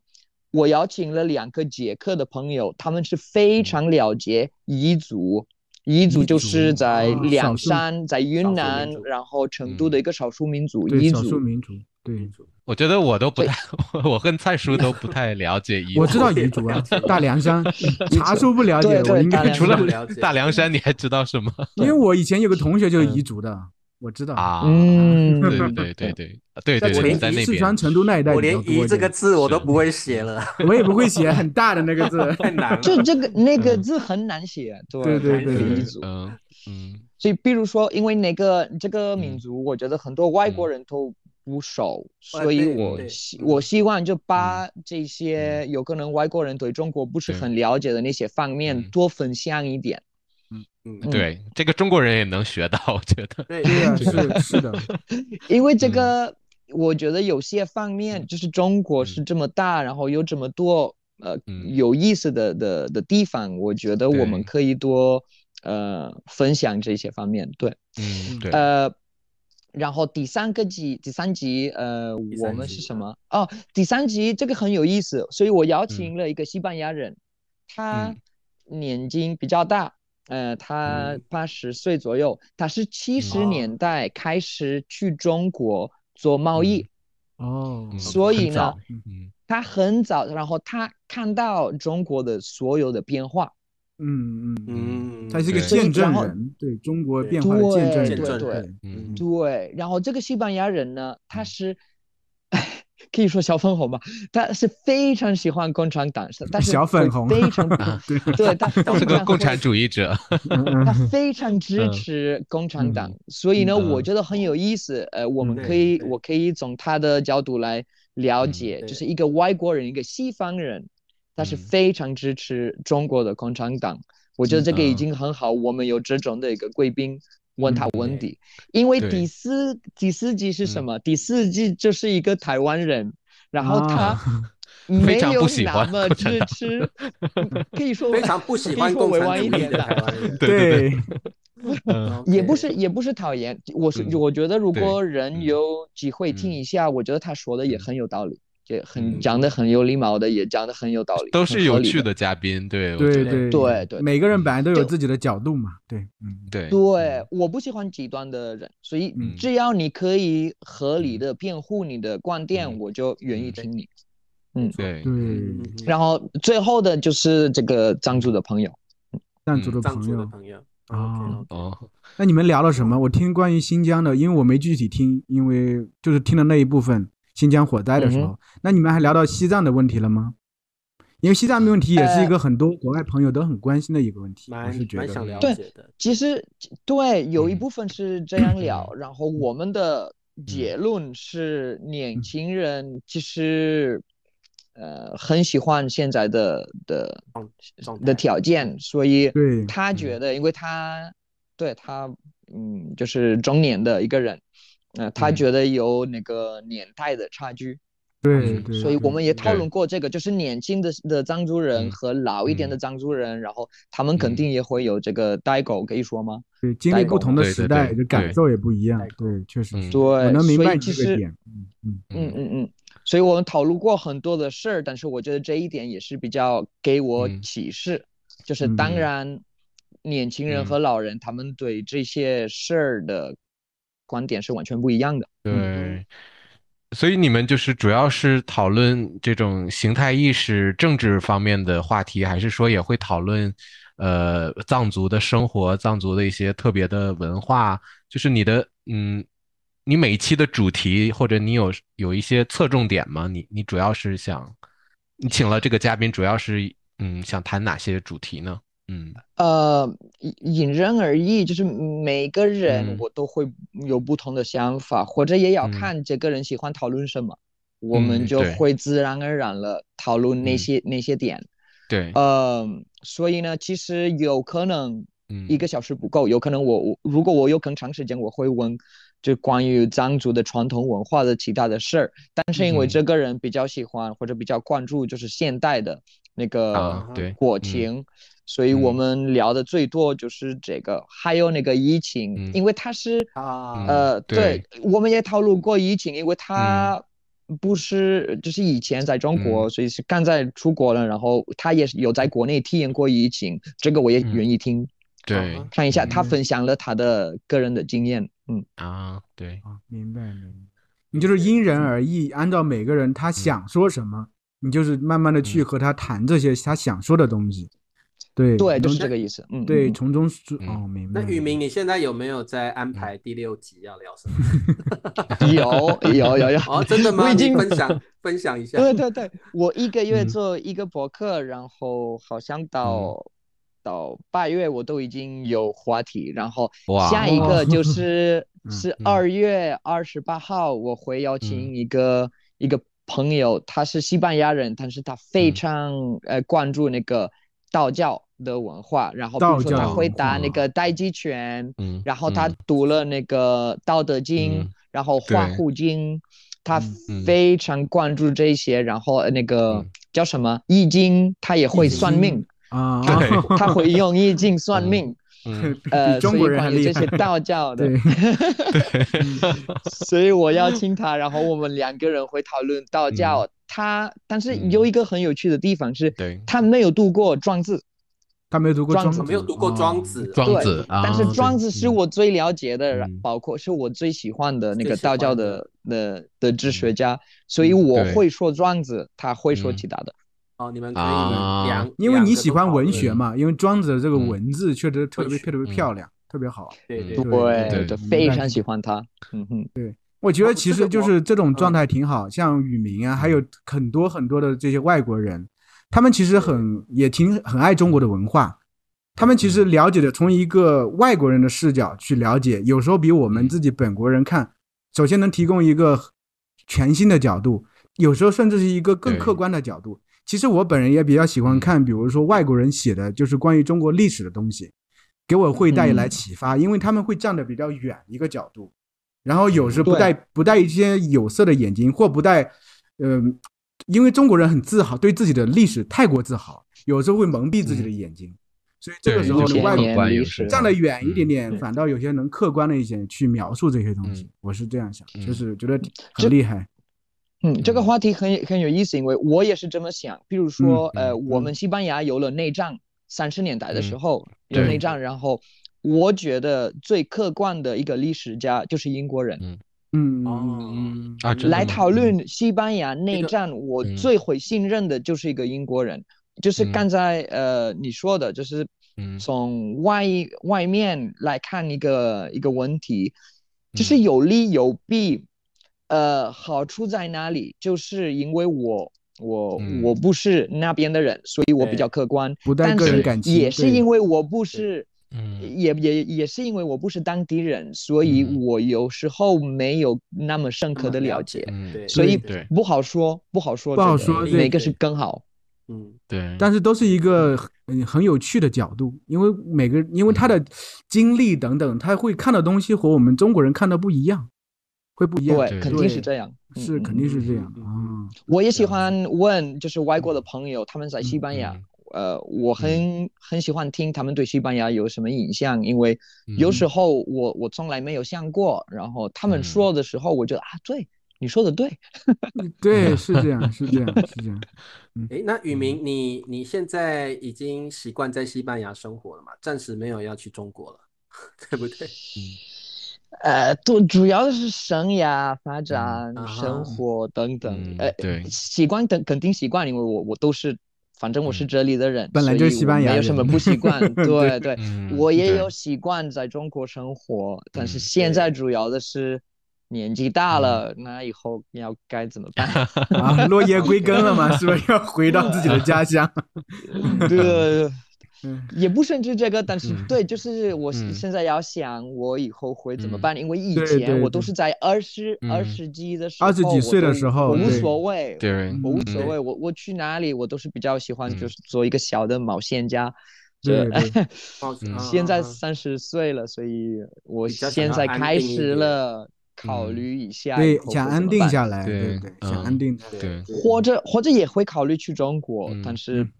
我邀请了两个捷克的朋友，他们是非常了解彝族，彝族
彝
就是
族
在
啊
两
少数
山，在
少
云
数民
南，
族
然后成都
嗯
的一个少数民族
对，
彝
少数
族，
民族。对，
我觉得我都不太，我跟灿叔都不太了解彝族。
我知道
我也
彝
不
族
了
啊
解，
大凉山，茶叔不了
对
解，我
对
应
大
该
凉
除
知
了
道
不，了解
大凉山，你还知道什么
因为我以前有个同学就是
嗯
彝族的，我知道。
啊？
嗯，
对对对对对对
在
对对，
成
连
你在那
四
边
川，成都那一带
我
比
连“
较
一
多一点，”
这个字我都
是
不会写了，
我也不 会写很大的那个字。
太难了。
这这个那个
嗯
字很难写，对
对对
那
对
个
对
彝
对
族。
嗯嗯
所以，比如说，因为那个这个
嗯
民族，我觉得很多外
嗯
国人都不熟，
呃
所以
对
我
对
希
嗯
我希望就把这些有可能外国人对中国不是
嗯对
很了解的那些方面
嗯
多分享一点。
嗯，
嗯
对，这个中国人也能学到，我觉得。
对
对啊，
这个
是是的，
因为这
嗯
个，我觉得有些方面就是中国
嗯
是这么大，然后有这么多呃
嗯
有意思的的的地方，我觉得我们
对
可以多呃分享这些方面。对，
嗯，对，
呃，然后第三个集，第三集，呃，
第
我
三
们
集嗯
是什么？哦，第三集这个很有意思，所以我邀请了一个西班牙人，
嗯
他年纪比较大，呃，他
嗯
八十岁左右，他是七十
哦
年代开始去中国做贸
嗯
易，
哦，
嗯
所以
很
呢
早，
嗯
他很早，然后他看到中国的所有的变化，
嗯嗯，
嗯，
他是一个
对
见证
然后
人，对中国
对
变化的见证
对
人，
对对
嗯
对，然后这个西班牙人呢，他
嗯
是 可以说小粉红吧，他是非常喜欢共产党，是但是
小粉
会
红
非 常
对，
对，他非
是个
常
共
会
产主义者。
嗯
他
嗯
非常支
嗯
持共产党
嗯，
所以呢，
嗯
我觉得很有意思。呃，我们
嗯
可
对，
以
对
我可以从他的角度来了
嗯
解，
对
就是一个外国人，一个西方人，他是
嗯
非常支持中国的共产党。我觉得这个
嗯
已经很好，我们有这种的一个贵宾问他问题，因为
嗯对
第四第四季是什
嗯
么？第四季就是一个台湾人，然后他
啊
非
没
常
有
不喜欢
那么
共产
支
党
持， 嗯可以说
非常不喜
可以
欢
说
共
委
产
婉
主
一
义
点
的
吧
台湾人，啊
对对对，嗯
嗯
也不是也不是讨厌，我是
嗯
我觉得如
对
果人
嗯
有机会听
嗯
一下，我觉得他说的也
嗯
很有道理，也
嗯
很讲的很有礼貌的，也讲的很有道理，
都
很
是
嗯合
有
理
趣
的。
的嘉宾，对我觉
对
得
对
对对
每个人
嗯
本来都有
就
自己的角度嘛，对，嗯，
对
对，我不喜欢极端的人，所以
嗯
只要你可以合
嗯
理的辩护你的观
嗯
点，我就愿意听你。嗯，
对
对，
然后最后的就是这个藏族的朋友，
藏族的
藏
朋
族的
友，
朋友
哦
哦，
那你们聊了什么？我听关于新疆的，因为我没具体听，因为就是听了那一部分新疆火灾的时
嗯
候。那你们还聊到西藏的问题了吗？因为西藏问题也是一
呃
个很多国外朋友都很关心的一个问题，我
蛮
是觉
蛮
得
想了
对
解的，
其实对有一
嗯
部分是这样聊， 然后我们的结论是，年
嗯
轻人其实呃很喜欢现在的的
状态
的条件，所以
对
嗯
他觉得，因为他对他嗯就是中年的一个人，呃，他
嗯
觉得有那个年代的差距，
对
嗯
对，
所以我们也讨
对
论过这个，就是年轻的的藏族人
嗯
和老一点的
嗯
藏族人，然后他们肯
嗯
定也会有这个代沟，可以说吗？
对经历不同的
代沟
时
对对
代，
对
的感受也不一样
代。沟
对，确实
嗯
是，
对，
我能明
所以
白
其
这个
实
点。嗯嗯，
嗯嗯嗯，所以我们讨论过很多的事儿，但是我觉得这一点也是比较给我
嗯
启示，就是
嗯
当然，年轻人
嗯
和老人他们对这些事儿的观点是完全不一样的。嗯
对，所以你们就是主要是讨论这种形态意识、政治方面的话题，还是说也会讨论，呃，藏族的生活、藏族的一些特别的文化？就是你的，嗯，你每一期的主题或者你有有一些侧重点吗？你你主要是想，你请了这个嘉宾，主要是嗯想谈哪些主题呢？嗯
呃，因因人而异，就是每个
嗯
人我都会有不同的想法，或者也要
嗯
看这个人喜欢讨论什么，我
嗯
们就
对
会自然而然了讨论那
嗯
些那些点。
对，
呃，所以呢，其实有可能
嗯
一个小时不够，有可能我我如果我有更长时间，我会问就关于藏族的传统文化的其他的事儿。但是因为
嗯
这个人比较喜欢或者比较关注就是现代的那个
啊对
国
嗯
情，所以我
嗯
们聊的最多就是这个，还有那个疫情，
嗯
因为它是
嗯
啊，
呃，
对嗯
对，我们也讨论过疫情，因为他不是就是以前在中
嗯
国，所以是刚在出国了，然后他也是有在国内体验过疫情，这个我也
嗯
愿意听，
对
啊
看一下他
嗯
分享了他的个人的经验，嗯，
啊对，
啊，明白明白。你就是因人而异，按照每个人他想说什么，你就是慢慢的去
嗯
和他谈这些他想说的东西。对
对，就
能
是这个意思，嗯，
对，
嗯，
从中说
嗯
哦，明白。
那宇明，你现在有没有在安
嗯
排第六集要聊什么？
嗯有有有有，
哦，真的吗？
我已
你
经
分享 分享一下。
对对对，我一个月
嗯
做一个博客，然后好像到到八月我都已经有话题，然后
哇
下一
哦
个 就是是
嗯
二月二十八号，我会邀请一个一个朋友，他是西班牙人，但是他非
嗯
常呃关注那个道教的文化，然后比
道
如说他
教
会
文
打那
化
个太极拳，
嗯，
然后他
嗯
读了那个《道德经》，
嗯
然后《
对
画护经》，他
嗯
嗯
非常关注这些，然后呃那个
嗯
叫什么《易经》，他也会算命，
啊，
嗯 对
他会用易经算
嗯
命，
嗯
呃，
比中
所以
国人还
关于
厉
这
害
些。道教的，
对，
所以我邀请他，然后我们两个人会讨论道教。他但是有一个很有趣的地方是，
对，
他没有读过《庄子》，
他没有读过
庄
庄
子
子，
我没有读过
哦
庄。子，
庄
对
子啊，
但是
对
庄子是
嗯
我最了解的，然
嗯
包括是我最喜欢的那
最
个
喜
道教
欢
的
的
的的
嗯
哲学家，所以
嗯
我
对
会说庄子，他会说
嗯
其他的。
哦，你们可以
啊
两，
因为
两
你
个
喜
都
欢
讨
文
论
学，嘛，因为庄子的这个
嗯
文字确实特
文
别
学
特别
嗯
漂亮，特别好。
对对
嗯
对，
对
对，
明
非
白
常
这
喜
个
欢他。嗯哼，
我觉得
哦
其
这个
实就
我
是这种
嗯
状态挺好，像宇明啊，还有很多很多的这些外国人，他们其实很也挺很爱中国的文化，他们其实
嗯
了解的从一个外国人的视角去了解，有时候比我们
嗯
自己本国人看，首先能提供一个全新的角度，有时候甚至是一个更
对
客观的角度。其实我本人也比较喜
嗯
欢看，比如说外国人写的就是关于中国历史的东西，给我会带来
嗯
启发，因为他们会站得比较远一个角度。然后有时不
对
戴不戴一些有色的眼睛，或不戴，嗯、因为中国人很自豪，对自己的历史太过自豪，有时候会蒙蔽自己的
嗯
眼睛，所以这个时候
对
呢，
就
是
是
外
客
面
观
历
有
史
时候
站得远一点点，
对
反倒有些能客观的一些去描述这些东西
嗯。
我是这样想，
嗯
就是觉得
这
很厉害。
嗯，这个
嗯
话题很很有意思，因为我也是这么想。比如说，呃，我们西班牙有了内战，三十年代的时
嗯
候有
对
内战，然后我觉得最客观的一个历史家就是英国人。
嗯
嗯
哦
啊真的吗
来讨
嗯
论西班牙
这
内
个
战，我
嗯
最会信任的就是一个英国人，就是
嗯
刚才呃你说的，就是
嗯
从外外面来看一个一个问题，就
嗯
是有利有弊，呃，好处在哪里？就是因为我我
嗯
我不是那边的人，所以我比
对
较客观，
不带
但
个人
是
感情
也是
对
因为我不是。
嗯
也也也是因为我不是当地人，所以
嗯
我有时候没有那么深
那
刻
么
的
了
了
解
解，
嗯
对
所以
对
不好说，不好说
不
这
好
个
说
哪
对
个是更好。
嗯，
对，
但是都是一个很很有趣的角度，因为每个因为他
嗯
的经历等等，他会看的东西和我们中国人看的不一样，会不一样。
对
对，肯定是这样，嗯
是
嗯
肯
嗯
定是这样
嗯嗯嗯
啊。
我也喜
样子
欢问，就是外国的朋友，他们在西
嗯
班牙
嗯，
呃，我很很喜欢听他们对西班牙有什么印象，因为有时
嗯
候我我从来没有想过，然后他
嗯
们说的时候，我觉得啊，对，你说的对，嗯
对，是这样，是这样，是这样。
诶，那宇明，你你现在已经习惯在西班牙生活了嘛？暂时没有要去中国了， 对不对？
呃，都主要是生涯发
嗯
展、
啊哈
生活等等，
嗯
呃，
对
习惯等肯定习惯，因为我我都是，反正我是
嗯
这里的人，
本来
所
就是
以
西
我
班牙
没有什
人
么不 习惯。对对，
嗯
我也
对
有习惯在中国生活，但是
嗯
现在
对
主要的是年纪大
嗯
了，那以后要该怎么办？
啊，落叶归根了嘛，是不是要回到自己的家 乡？
对，
嗯
也不甚至这个，但是
嗯
对，就是我
嗯
现在要想我以后会怎么
嗯
办，因为以
对
前我
对
都
对
是在二十二
嗯
十几的时候，
二十几岁的
我都
时候
我无
对
所谓，
对，
我无
嗯
所谓，我我去哪里我都是比较喜欢
嗯
就是做一个小的冒险家。
对
这
对
哦
嗯
啊
现在
啊
三十岁了，所以我
比较想
现
要
在
安
开
定一
始
点
了考
嗯
虑一下以
对，
后
想
会
安
怎么
定
办
下来，
对
对对，想
嗯
安
啊
定下来。
对
或者或者也会考虑去中国，
嗯
但是
嗯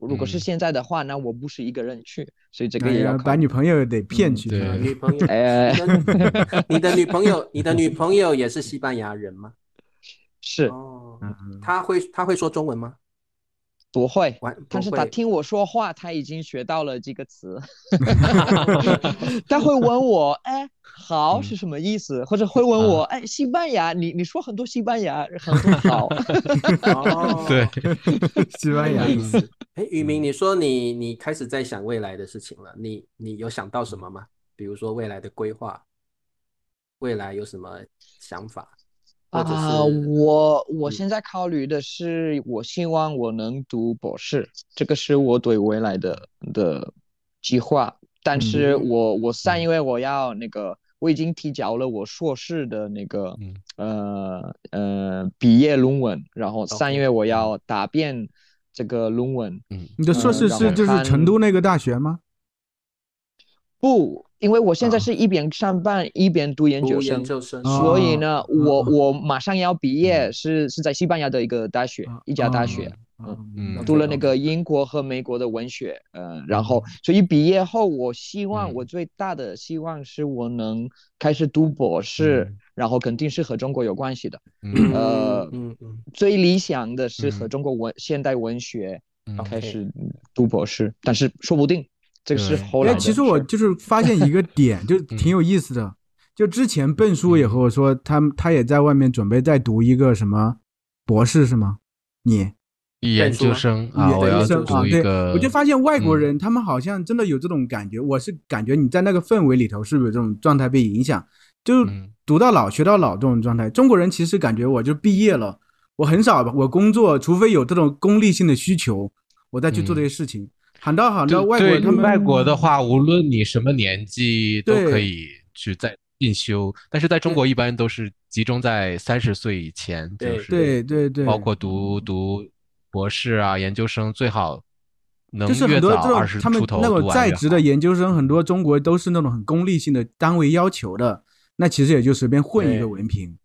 如果是
嗯
现在的话，那我不是一个人去，所以这个
哎
也
呀
要
把
考虑
女朋友得骗
嗯
去。
对
女朋友，
哎
你的你的女朋友，你的女朋友也是西班牙人吗？
是
哦，
嗯
她会她会说中文吗？
不会，
完不
但是他
会，
听我说话，他已经学到了几个词，他会问我，哎，好
嗯
是什么意思，或者会问我，哎，西班牙，你你说很多西班牙，很多好，
哦，
对，
西班牙
有，意思。哎，宇明，你说你你开始在想未来的事情了，你你有想到什么吗？比如说未来的规划，未来有什么想法，或者
啊，
是
我我
嗯
现在考虑的是，我希望我能读博士，这个是我对未来的的计划。但是
嗯
我我现在因为我要那个，我已经提交了我硕士的那个
嗯
呃呃毕业论文，然后现在
OK，嗯
因为我要答辩这个论文，
你的硕
嗯
士
让
是
我
就是
看
成都那个大学吗？
不，因为我现在
啊
是一边上班一边读研究
读研
生，
究生？嗯
啊
所以呢，我
啊
我马上要毕业，
嗯
是是在西班牙的一个大学，
啊
一家大学，
啊
嗯
读了
OK，OK
那个英国和美国的文学，呃，然后所以毕业后，我希望
嗯
我最大的希望是我能开始读博士
嗯，
然后肯定是和中国有关系的，
嗯
呃
嗯嗯
最理想的是和
嗯
中国文现代文学
嗯
开
OK
始读博士，但是说不定这个是
对
后来
哎，
的
其实我
事儿
就是发现一个点，就是挺有意思的。就之前笨叔也和我说，他他也在外面准备再读一个什么博士，是吗？你
研究生啊，
研
我要
究生啊，
读一
对，
个，
我就发现外国
呃嗯
人他们好像真的有这种感觉。我是感觉你在那个氛围里头，是不是有这种状态被影响？就
嗯
读到老学到老这种状态。中国人其实感觉我就毕业了，我很少我工作，除非有这种功利性的需求，我再去做这些事情。喊到喊
对
到外国
对
人他们
外国的话，无论你什么年纪都可
对
以去再进修，但是在中国一般都是集中在三十岁以前，就
对
是
对对对，
包括读读博士啊、研究生，最好能
就是
越
很多
早
这
二
种
十
他们
出头
那
读
种
完
在
越
职
好
的研究生，很多中国都是那种很功利性的单位要求的，那其实也就随便混一
对
个文凭，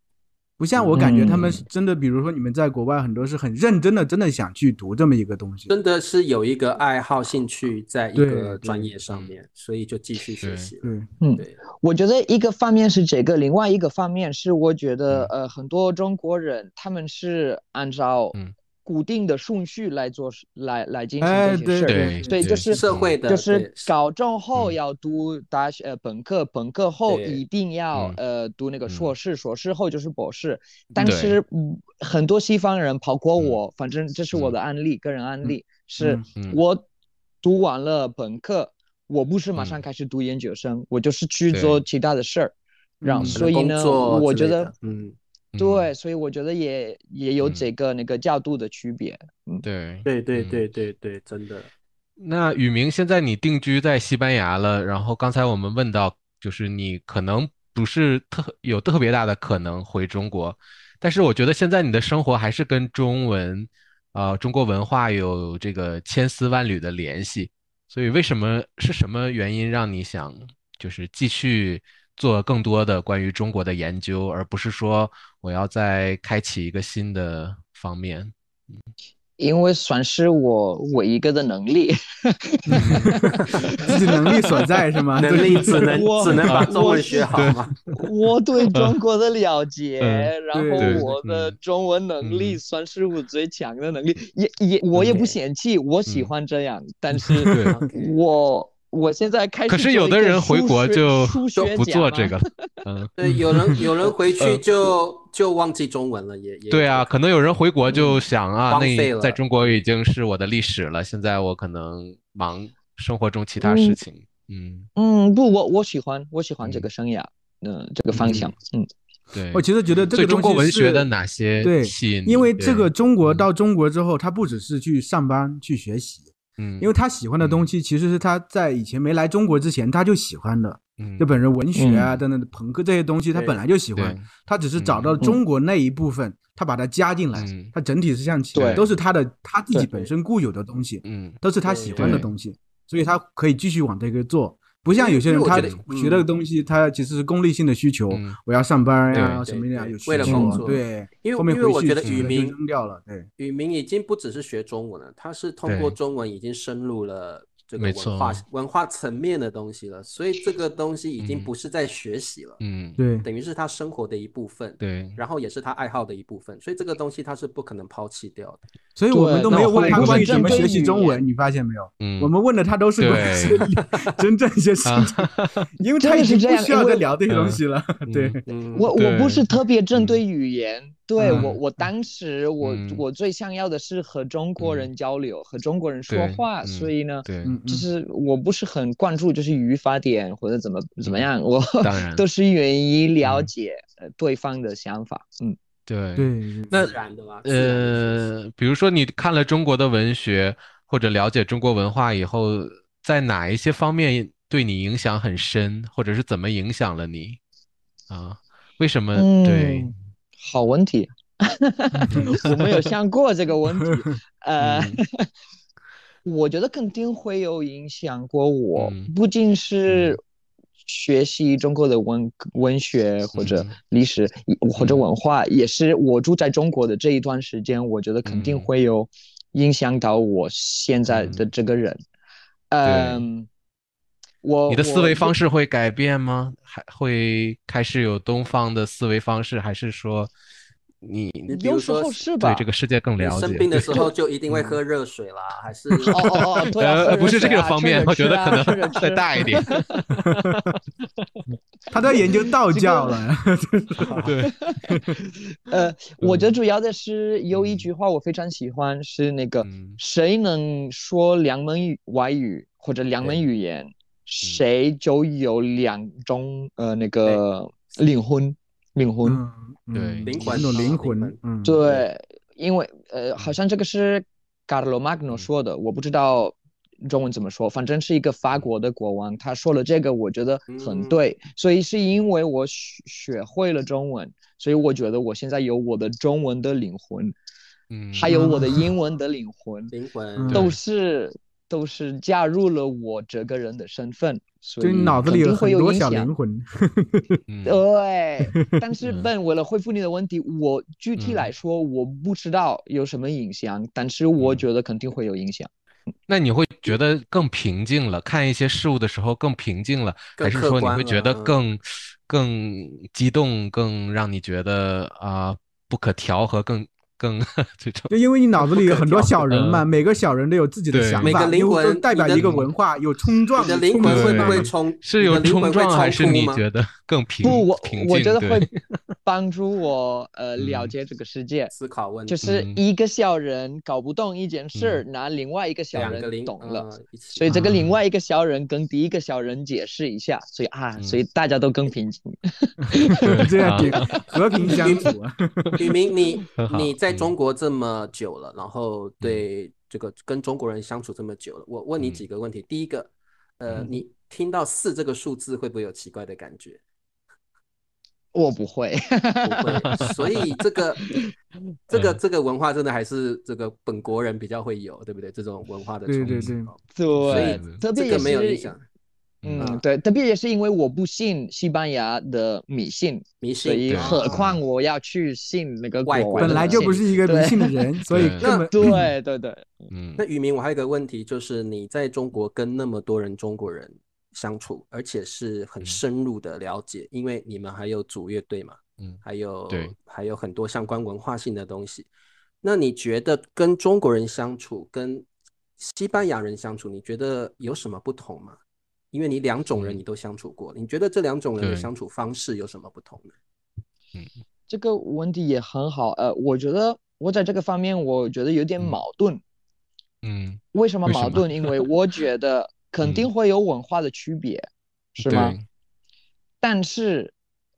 不像我感觉他
嗯
们是真的，比如说你们在国外很多是很认真的，真的想去读这么一个东西。
真的是有一个爱好、兴趣在一
对
个
对
专业上面，所以就继续学
对
习了。
对，
嗯
对，
我觉得一个方面是这个，另外一个方面是我觉得，呃，很多中国人他们是按照
嗯
固定的顺序来做事，来来进行
哎，
这些
对
事儿。
对
所以就是
社会的
就是
对
高中后
嗯
要读大学，呃，本科，本科后
对
一定要
嗯
呃读那个
嗯
硕士，硕士后就是博士。但
对
是嗯很多西方人，包括
嗯
我，反正这是我的案例，个人案例，是
嗯
嗯
我读完了本科，我不是马上
嗯
开始读研究生，我就是去
对
做其他的事儿。然后
嗯
所以
工
呢，
作
我
之
觉
类
得
的嗯，
对，所以我觉得也也有
嗯
这个那个角度的区别。
对。
对对
嗯
对对对，真的。
那宇明，现在你定居在西班牙了，然后刚才我们问到，就是你可能不是特有特别大的可能回中国，但是我觉得现在你的生活还是跟中文，呃，中国文化有这个千丝万缕的联系，所以为什么是什么原因让你想就是继续做更多的关于中国的研究，而不是说我要再开启一个新的方面？
因为算是我我一个的能力，
自己能力所 在是吗？
能
啊对
力只能
我
只能把中
我
文
是
学好嘛？
我 对中国的了解，
嗯
然后
对
我的
嗯
中文能力
嗯
算是我最强的能力，也也我也不
对
嫌弃，我喜
嗯
欢这样，但
对
是
OK
我我现在开始
可是有
做
的
一个
人回
数
国
学
就
数
就
学
不
家
做
嘛
这个了，嗯。
对，有 人有人回去就就忘记中文了，也
呃
也嗯
对啊，可能有人回国就想啊，
荒废
那
了
在中国已经是我的历史了，现在我可能忙生活中其他事情。嗯，
嗯，不，我我喜欢我喜欢这
嗯
个生涯，嗯，这个方向，嗯，
对。
我其实觉得这
对
个
中国
东西
文学
是
的哪些
对
吸引你？
因为这个
对，
中国
嗯
到中国之后，他不只是去上班去学习，
嗯，
因为他喜欢的东
嗯
西其实是他在以前没来中国之前他就喜欢的，
嗯
就本身文学啊
嗯
等等朋克这些东西，他
对
本来就喜
对
欢，他只是找
嗯
到中国那一部分，他把它加进来
嗯，
他整体是向
对
前，都是他的他自己
对
本身固有的东西，
嗯
都是他喜欢的
对
东西，所以他可以继续往这个做。不像有些
因为
人，
我
他
觉得嗯
学的东西，他其实是功利性的需求，
嗯
我要上班呀，
对
什么呀，
对
有
对为了
需求啊
工作
对，
因为
后面
因为
回
我
去
觉得
可
宇
能
明
就扔掉了，对，
宇明已经不只是学中文了，他是通过
对
中文已经深入了这个
没
文化
错
文化层面的东西了，所以这个东西已经
嗯
不是在学习了，
嗯，
对，
等于是他生活的一部分，
对，
然后也是他爱好的一部分，所以这个东西他是不可能抛弃掉的。
所以我们
对
都
那
没有
我
问
换
他
一个问
关于怎么
题
学习中文，
嗯
你发现没有？
嗯，
我们问的他都是关于
对
真正学习
啊，
因为
真
他
的
已
是
经
这
不
样
需要
因为
再聊这些东西了，
嗯
对，
嗯，
我我不是特别针对语言，对
嗯
我我当时我
嗯
我最想要的是和中国人交流，和中国人说
对
话，
嗯
所以呢，
对，
嗯，
就
嗯
是我不是很关注就是语法点或者怎么怎么
嗯
样，我
当 然
都是愿意了
嗯
解呃对方的想法，嗯。
对，
对，
那
自然的吧，自然的学习
呃，比如说你看了中国的文学或者了解中国文化以后，在哪一些方面对你影响很深，或者是怎么影响了你啊？为什么？呃对，
嗯，好问题， 我没有想过这个 问题。呃，
嗯
我觉得肯定会有影响过我，
嗯
不仅是学习中国的文文学或者
嗯
历史或者
嗯
文化，也是我住在中国的这一段时间，我觉得肯定
嗯
会有影响到我现在的
嗯
这个人。
对
嗯，我
你的思
我
维方式会改变吗？还会开始有东方的思维方式，还是说你
你比
有
如
时
说
候
是
是吧
对这个世界更
你
了解？
生病的时
对嗯
候就一定会喝热水啦，还是
哦哦哦，对啊，
呃，
喝
不
热
是这
水
个
啊
方
趁
面
着，
我觉
吃
得
啊
可
趁 着
能再
吃
大一 点。
他在研究道教了，
对，
呃，我觉得
嗯
主要的是有一
嗯
句话我非常喜欢，是那个
嗯
谁能说两门语外语或者两门
对
语言，谁就有两种呃那个灵魂，灵魂。
嗯，嗯
对
嗯
灵
是
魂
那种灵
灵
魂
魂，
嗯，
对，因为呃，好
嗯
像这个是 Carlo Magno
嗯
说的，我不知道中文怎么说，反正是一个法国的国王，他说了这个，我觉得很
嗯
对，所以是因为我学学会了中文，所以我觉得我现在有我的中文的灵魂，
嗯，
还有我的英文的灵魂，
灵魂
嗯
对
都是都是加入了我这个人的身份，所
就
以
你脑子
肯
里有
定会
很
有
多
影
小
响
灵魂。
嗯
呃对，但是
嗯
笨，为了回复你的问题，我具体
嗯
来说我不知道有什么影响，但是我
嗯
觉得肯定会有影响。
那你会觉得更平静了，看一些事物的时候更平静了，
更
还是
客
说你
观
会觉
了
得
嗯
更、更激动，更让你觉得啊、不可调和，更更这种？
就因为你脑子里有很多
不可调
小人嘛，
嗯
每个小人都有自己的
对
想
每
个
法，
灵
因为都
魂
代
你
表
的
一个文化，有冲撞，
你的
有
灵
冲
魂
突
会不
嘛
会
对
冲？
是
你的
有
灵
冲
魂会
撞，还
冲
是
突
你
吗
觉得 更平
不，我
平
我觉
静
得
对
会帮助我呃了
嗯
解这个世界，
思考问
就
题？
是
嗯
一个小人搞不懂一件事儿，拿另外一个小
两个
人
零
懂了。，
呃一起
所以 这个另
啊
外一个小人跟第一个小人解释一下，所以啊，
嗯
所以大家都更平静。
对
这样
啊
挺和平相处 啊。
宇明，你
很好
你在
嗯
中国这么久了，然后
嗯
对这个跟中国人相处这么久了，我问你
嗯
几个问题。第一个，呃，
嗯
你听到四这个数字会不会有奇怪的感觉？
我不会，
不 会，所以这个这
嗯
个这个文化真的还是这个本国人比较会有，对不对？这种文化的
对
冲
对
击
对
哦
对
以，
特别
这
也
个没有
是
影响。
嗯，
嗯
对，特别也是因为我不信西班牙的迷信，
迷
所
信
以
对
何况我要去信那个国
外
外
国
的
本来
迷
就不
信
是一个迷
对
信的人， 所以
对
根本
对对对，
嗯
那宇明，我还有一个问题，就是你在中国跟那么多人中国人相处，而且是很
嗯
深入的了解，因为你们还有组乐队嘛，
嗯
还有
对
还有很多相关文化性的东西。那你觉得跟中国人相处，跟西班牙人相处，你觉得有什么不同吗？因为你两种人
嗯
你都相处过，你觉得这两种人的
对
相处方式有什么不同呢？
这个问题也很好。呃，我觉得我在这个方面，我觉得有点
嗯
矛盾。
嗯，
为什么
为什
矛
么
盾？因为我觉 得肯定
嗯
会有文化的区别，是
对
吗？但是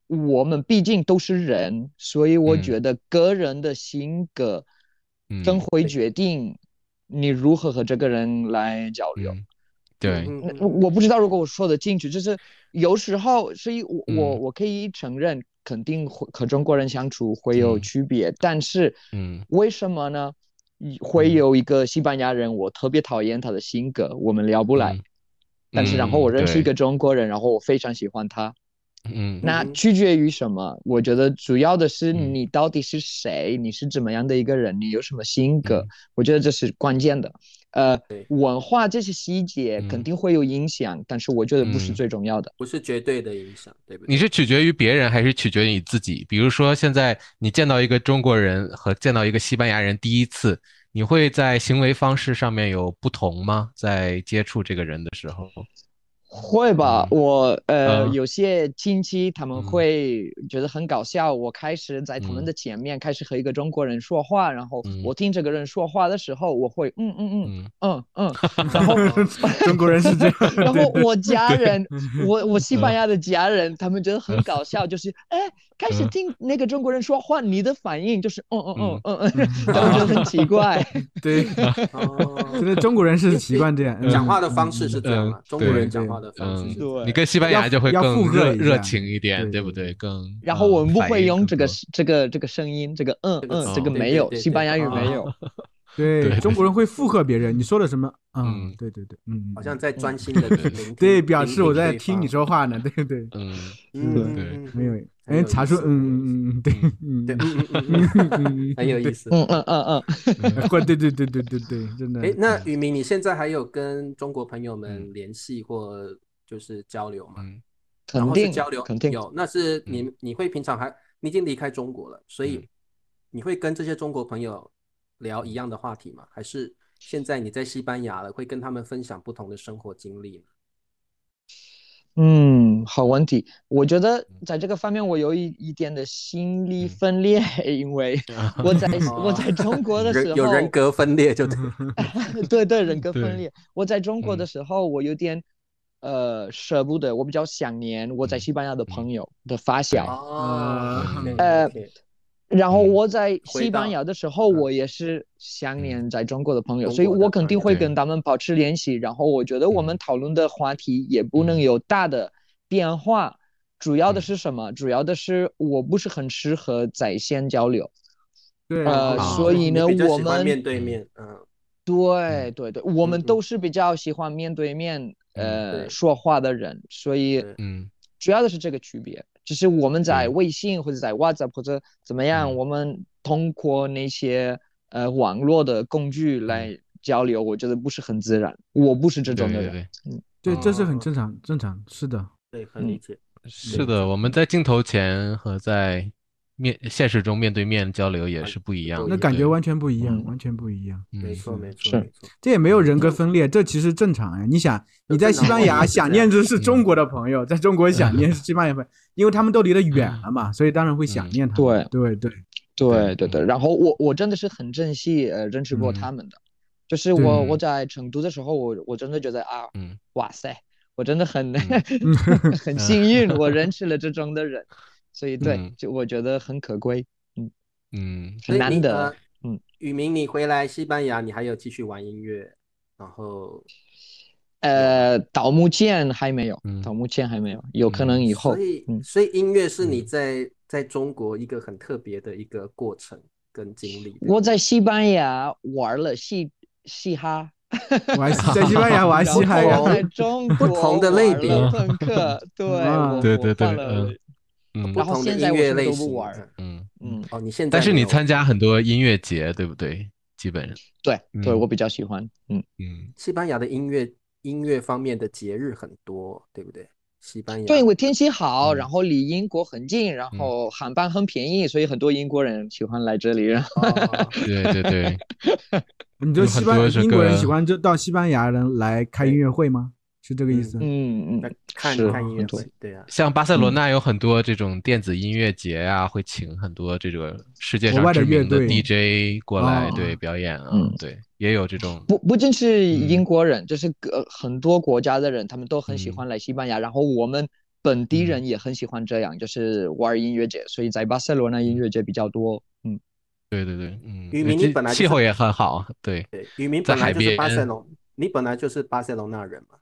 我们毕竟都是人，所以我
嗯
觉得个人的性格
嗯
真会决定你如何和这个人来交流。
嗯对
嗯
那
嗯
我我不知道，如果我说得进去，就是有时候是一我我
嗯
我可以承认，肯定会和中国人相处会有
嗯
区别，但是
嗯
为什么呢？
嗯
会有一个西班牙人，我特别讨厌他的性格，我们聊不来。
嗯
但是然后
嗯
我认识一
对
个中国人，然后我非常喜欢他。
嗯
那
嗯哼
取决于什么？我觉得主要的是
嗯
你到底是谁，你是怎么样的一个人，你有什么性格，
嗯
我觉得这是关键的。呃
对，
文化这些细节
嗯
肯定会有影响，但是我觉得不是
嗯
最重要的。
不是绝对的影响，对不对？
你 是 取决于别人还是取决于你自己？比如说，现在你见到一个中国人和见到一个西班牙人第一次，你会在行为方式上面有不同吗？在接触这个人的时候，
会吧，
嗯
我呃
嗯
有些亲戚他们
嗯
会觉得很搞笑。我开始在他们
嗯
的前面开始和一个中国人说话，然后
嗯
我听这个人说话的时候，我会嗯嗯
嗯
嗯嗯嗯，然
然
后
后 中国人是这样，
然
对
后
对
我家人，我我西班
嗯
牙的家人，他们觉得很搞笑，就是哎，开始
嗯
听那个中国人说话，你的反应就是嗯嗯嗯嗯嗯，
嗯
然后觉得很奇 怪。
对，
哦
真的中国人是习惯这样嗯
讲话的方式是这样
嗯
了，中国人
对
讲
对
话的方式
嗯
是这样。，
你跟西班牙就会
要
更
附和
热
一下
热情一点，
对
对不
对
对？更
然后我们不
呃反
会
应
用
更
这个
多
这个这个声音，这个嗯
这个哦
嗯
词，
这个
对
没
对
有，
对
西
对
班牙语没
啊
有。
对
对，
对
中国人会附和别人，你说了什么？嗯
嗯，
对对对，嗯，
好
嗯
像在专心的
对
聆听，
对，表
聆
示我
听
在
对
听你
方，
说 话呢，对对，
嗯
嗯，
对
嗯
对
嗯
没有
嗯，很
哎，
有
查
意
出
思
嗯嗯嗯，对，嗯
对，
嗯
嗯嗯 嗯嗯，
嗯
很有意思。
嗯嗯嗯嗯，
嗯，或对对对对对对，嗯真的，
哎，那宇明，你现在还有跟中国朋友们联系或就是交流吗？
嗯
然
肯
后是
定
交流，
肯定。
有，那是
嗯
你你会平常还你已经离开中国了，所以
嗯
你会跟这些中国朋友聊一样的话题吗？还是现在你在西班牙了，会跟他们分享不同的生活经历呢？
嗯，好问题。我觉
嗯
得在这个方面，我有一一点的心理
嗯
分裂，因 为我在我在中国的啊时
人哦有
候，
人格分裂就对，
对对，人格
对
分裂。我在中国的
嗯
时候，我有点呃舍不得，我比较想念我在
嗯
西班牙的
嗯
朋友的发
对
小。
哦
嗯
呃
，OK，
然后
嗯
我在
回
西班
到
牙的时候，
嗯
我也是想念在中国的朋友，
中
所以
国的
我肯定
朋友
会
对
跟他们保持联系。然后我觉得我们
嗯
讨论的话题也不能
嗯
有大的变化，主要的
嗯
是什么？主要的是我不是很适合在线交流，
对，
呃，
哦
所以
你
呢，
比较
我
喜欢
们
面对面，嗯，
对对对，我们
嗯
都是比较喜欢面对面
嗯
呃
对
说话的人，所以
对
嗯
主要的是这个区别。只是我们在
对
微信或者在 WhatsApp 或者怎么样，
嗯
我们通过那些呃网络的工具
嗯
来交流，我觉得不是很自然。我不是这种
对
的
对
人，
对，
对，这是很
哦
正常，正常是的。
对，很理解。
是的，我们在镜头前和在面现实中面对面交流也是不一样的，
那感觉
对
完全不一样，
嗯
完全不一样。
嗯
没错，没错，
是
没错。
这也没有人格分裂，这其实正常啊呀。你想，你在西班牙想念的是中国的朋友，在中国想念是西班牙朋友，因为他们都离得远了嘛，所以当然会想念他们。对对
对
对嗯
对对，然后我我真的是很珍惜呃认识过他们的，就是我
对
我在成都的时候，我我真的觉得啊，
嗯
哇塞，我真的很
嗯
很幸 运，我认识了这种的人，所以对
嗯，
就我觉得很可贵，
嗯
很
所以
难
你
得
呃。
嗯，
宇明，你回来西班牙，你还有继续玩音乐，然后
呃，到目前还没有
嗯，
到目前还没有，有可
嗯
能以后
所，以
嗯
所以音乐是你
嗯
在在中国一个很特别的一个过程跟经历。
我在西班牙玩了嘻嘻哈，
我还在西班牙玩嘻哈
然
呀
后，在中
不
国
同的类别
玩了朋 克，对，
啊
我
对
我
对对
换了
嗯嗯
不
然后
同的
现
音
在我
乐
什么
类
都不
型
玩
这样
嗯，
嗯，
哦，你现在
但是
没
你
有
参加很多音乐节，对不对？基本上，
对对，
嗯
我比较喜欢，嗯，
嗯
西班牙的音乐音乐方面的节日很多，对不对？西班牙
对，因为天气好，
嗯
然后离英国很近，然
嗯
后航班很便宜，所以很多英国人喜欢来这里。然后
哦
嗯对对 对，
你就西班
有很多这个
英国人喜欢就到西班牙人来开音乐会吗？是这个意思？
嗯
那
嗯，
看
是
看音乐
很多
会，对啊，
像巴塞罗
嗯
那有很多这种电子音乐节啊，会请很多这个世界
国外
上
的
知名
乐队
DJ 过来
哦
对表演啊
嗯，
对，也有这种，
不不仅是英
嗯
国人，就是各很多国家的人，他们都很喜
嗯
欢来西班牙。然后我们本地人也很喜欢这样，就是玩音乐节，所以在巴塞罗那音乐节比较多。嗯，
对对对，嗯，
渔民
这
你本来就
气
是
候也很好，对，
对，宇明
在
本来
海
就是巴塞
边
隆，你本来就是巴塞隆那人嘛，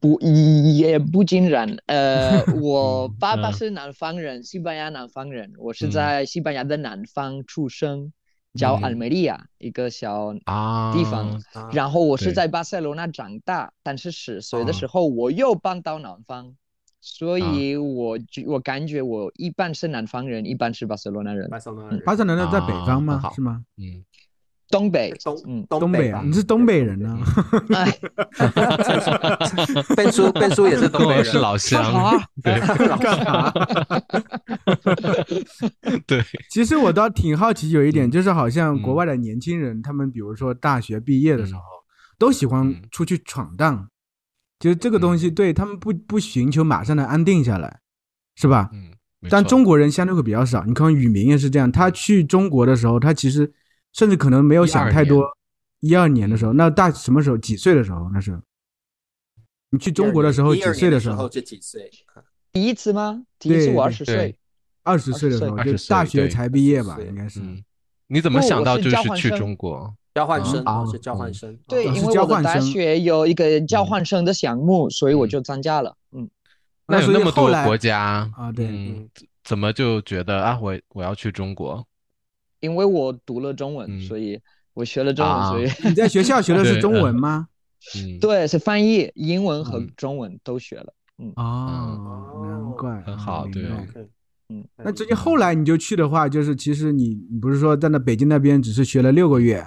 不也不尽然。 呃，我爸爸
嗯
是南方人，西班牙南方人，我是
嗯
在西班牙的南方出生，叫
嗯
阿梅利亚，一个小
啊，
地方。
啊，
然后我是
对
在巴塞罗那长大，但是十岁
啊
的时候我又搬到南方，所以我就我感觉我一半是南方人，一半是巴塞罗那人，
巴塞隆那
嗯
人，
巴塞罗那在北方
啊很
吗？
好
是吗？
嗯，
东北，
东
嗯，
东
东北
吧
啊，你是东北人呢？
哎，
笨叔，笨叔也是
跟
东北
我
人，
是老
干
乡，
啥？
对
干嘛？
对，
其实我倒挺好奇有一点，
嗯
就是好像
嗯
国外的年轻人，他们比如说大学毕业的时候，都喜欢
嗯
出去闯荡，就是这个东西对他们不不寻求马上的安定下来，是吧？
嗯，没
但
错
中国人相对会比较少。你看宇明也是这样，他去中国的时候，他其实甚至可能没有想
12
太多
年。
一二年的时候，那大什么时候？几岁的时候？那是你去中国的时候，
一
几
二
岁
年的
时候？
就几岁，
第一次吗？第一次
对对
我二十岁
对，
二十岁的时
20
候，
岁
就大学
对
才毕业吧，
20岁
应该是。
嗯，你怎么
不
想
我
到
是
就
交
是
换
去
生
中国？
交换生，
啊
我是交换生，
对，
哦
哦
因
是
为
交
我的
换
大
生
学有一个交
嗯
换生的项目，所以我
嗯
就参加了，嗯。
那
有
所以
那么
后
多
来
国家
啊对
嗯
嗯，
怎么就觉得啊，我我要去中国？
因为我读了中文，
嗯
所以我学了中文，
啊
所以
你在学校学的是
对
中
嗯
文吗？
嗯，
对是翻译，英文和
嗯
中文都学了。
哦，难
哦
怪，
很
啊
好
明
对
白
，OK，
嗯，
那直接后来你就去的话，就是其实你你不是说在那北京那边只是学了六个月，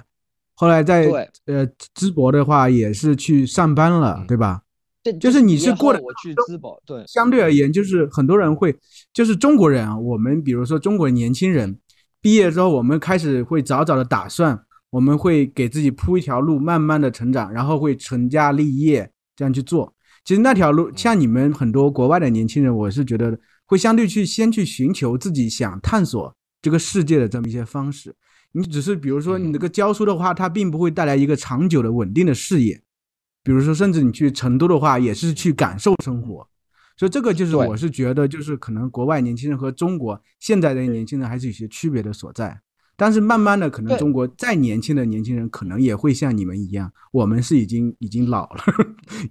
后来在
对
呃淄博的话也是去上班了，
嗯
对吧？
这
就
这
是你
毕
是
业
过
后
得
我去淄博，对，
相对而言，就是很多人会，就是中国人啊，我们比如说中国年轻人毕业之后，我们开始会早早的打算，我们会给自己铺一条路，慢慢的成长，然后会成家立业这样去做。其实那条
嗯
路，像你们很多国外的年轻人，我是觉得会相对去先去寻求自己想探索这个世界的这么一些方式。你只是比如说你
嗯
这个教书的话，它并不会带来一个长久的稳定的事业。比如说，甚至你去成都的话，也是去感受生活。所以这个就是
对
我是觉得，就是可能国外年轻人和中国现在的年轻人还是有些区别的所在。但是慢慢的，可能
对
中国再年轻的年轻人，可能也会像你们一样，我们是已经已经老了，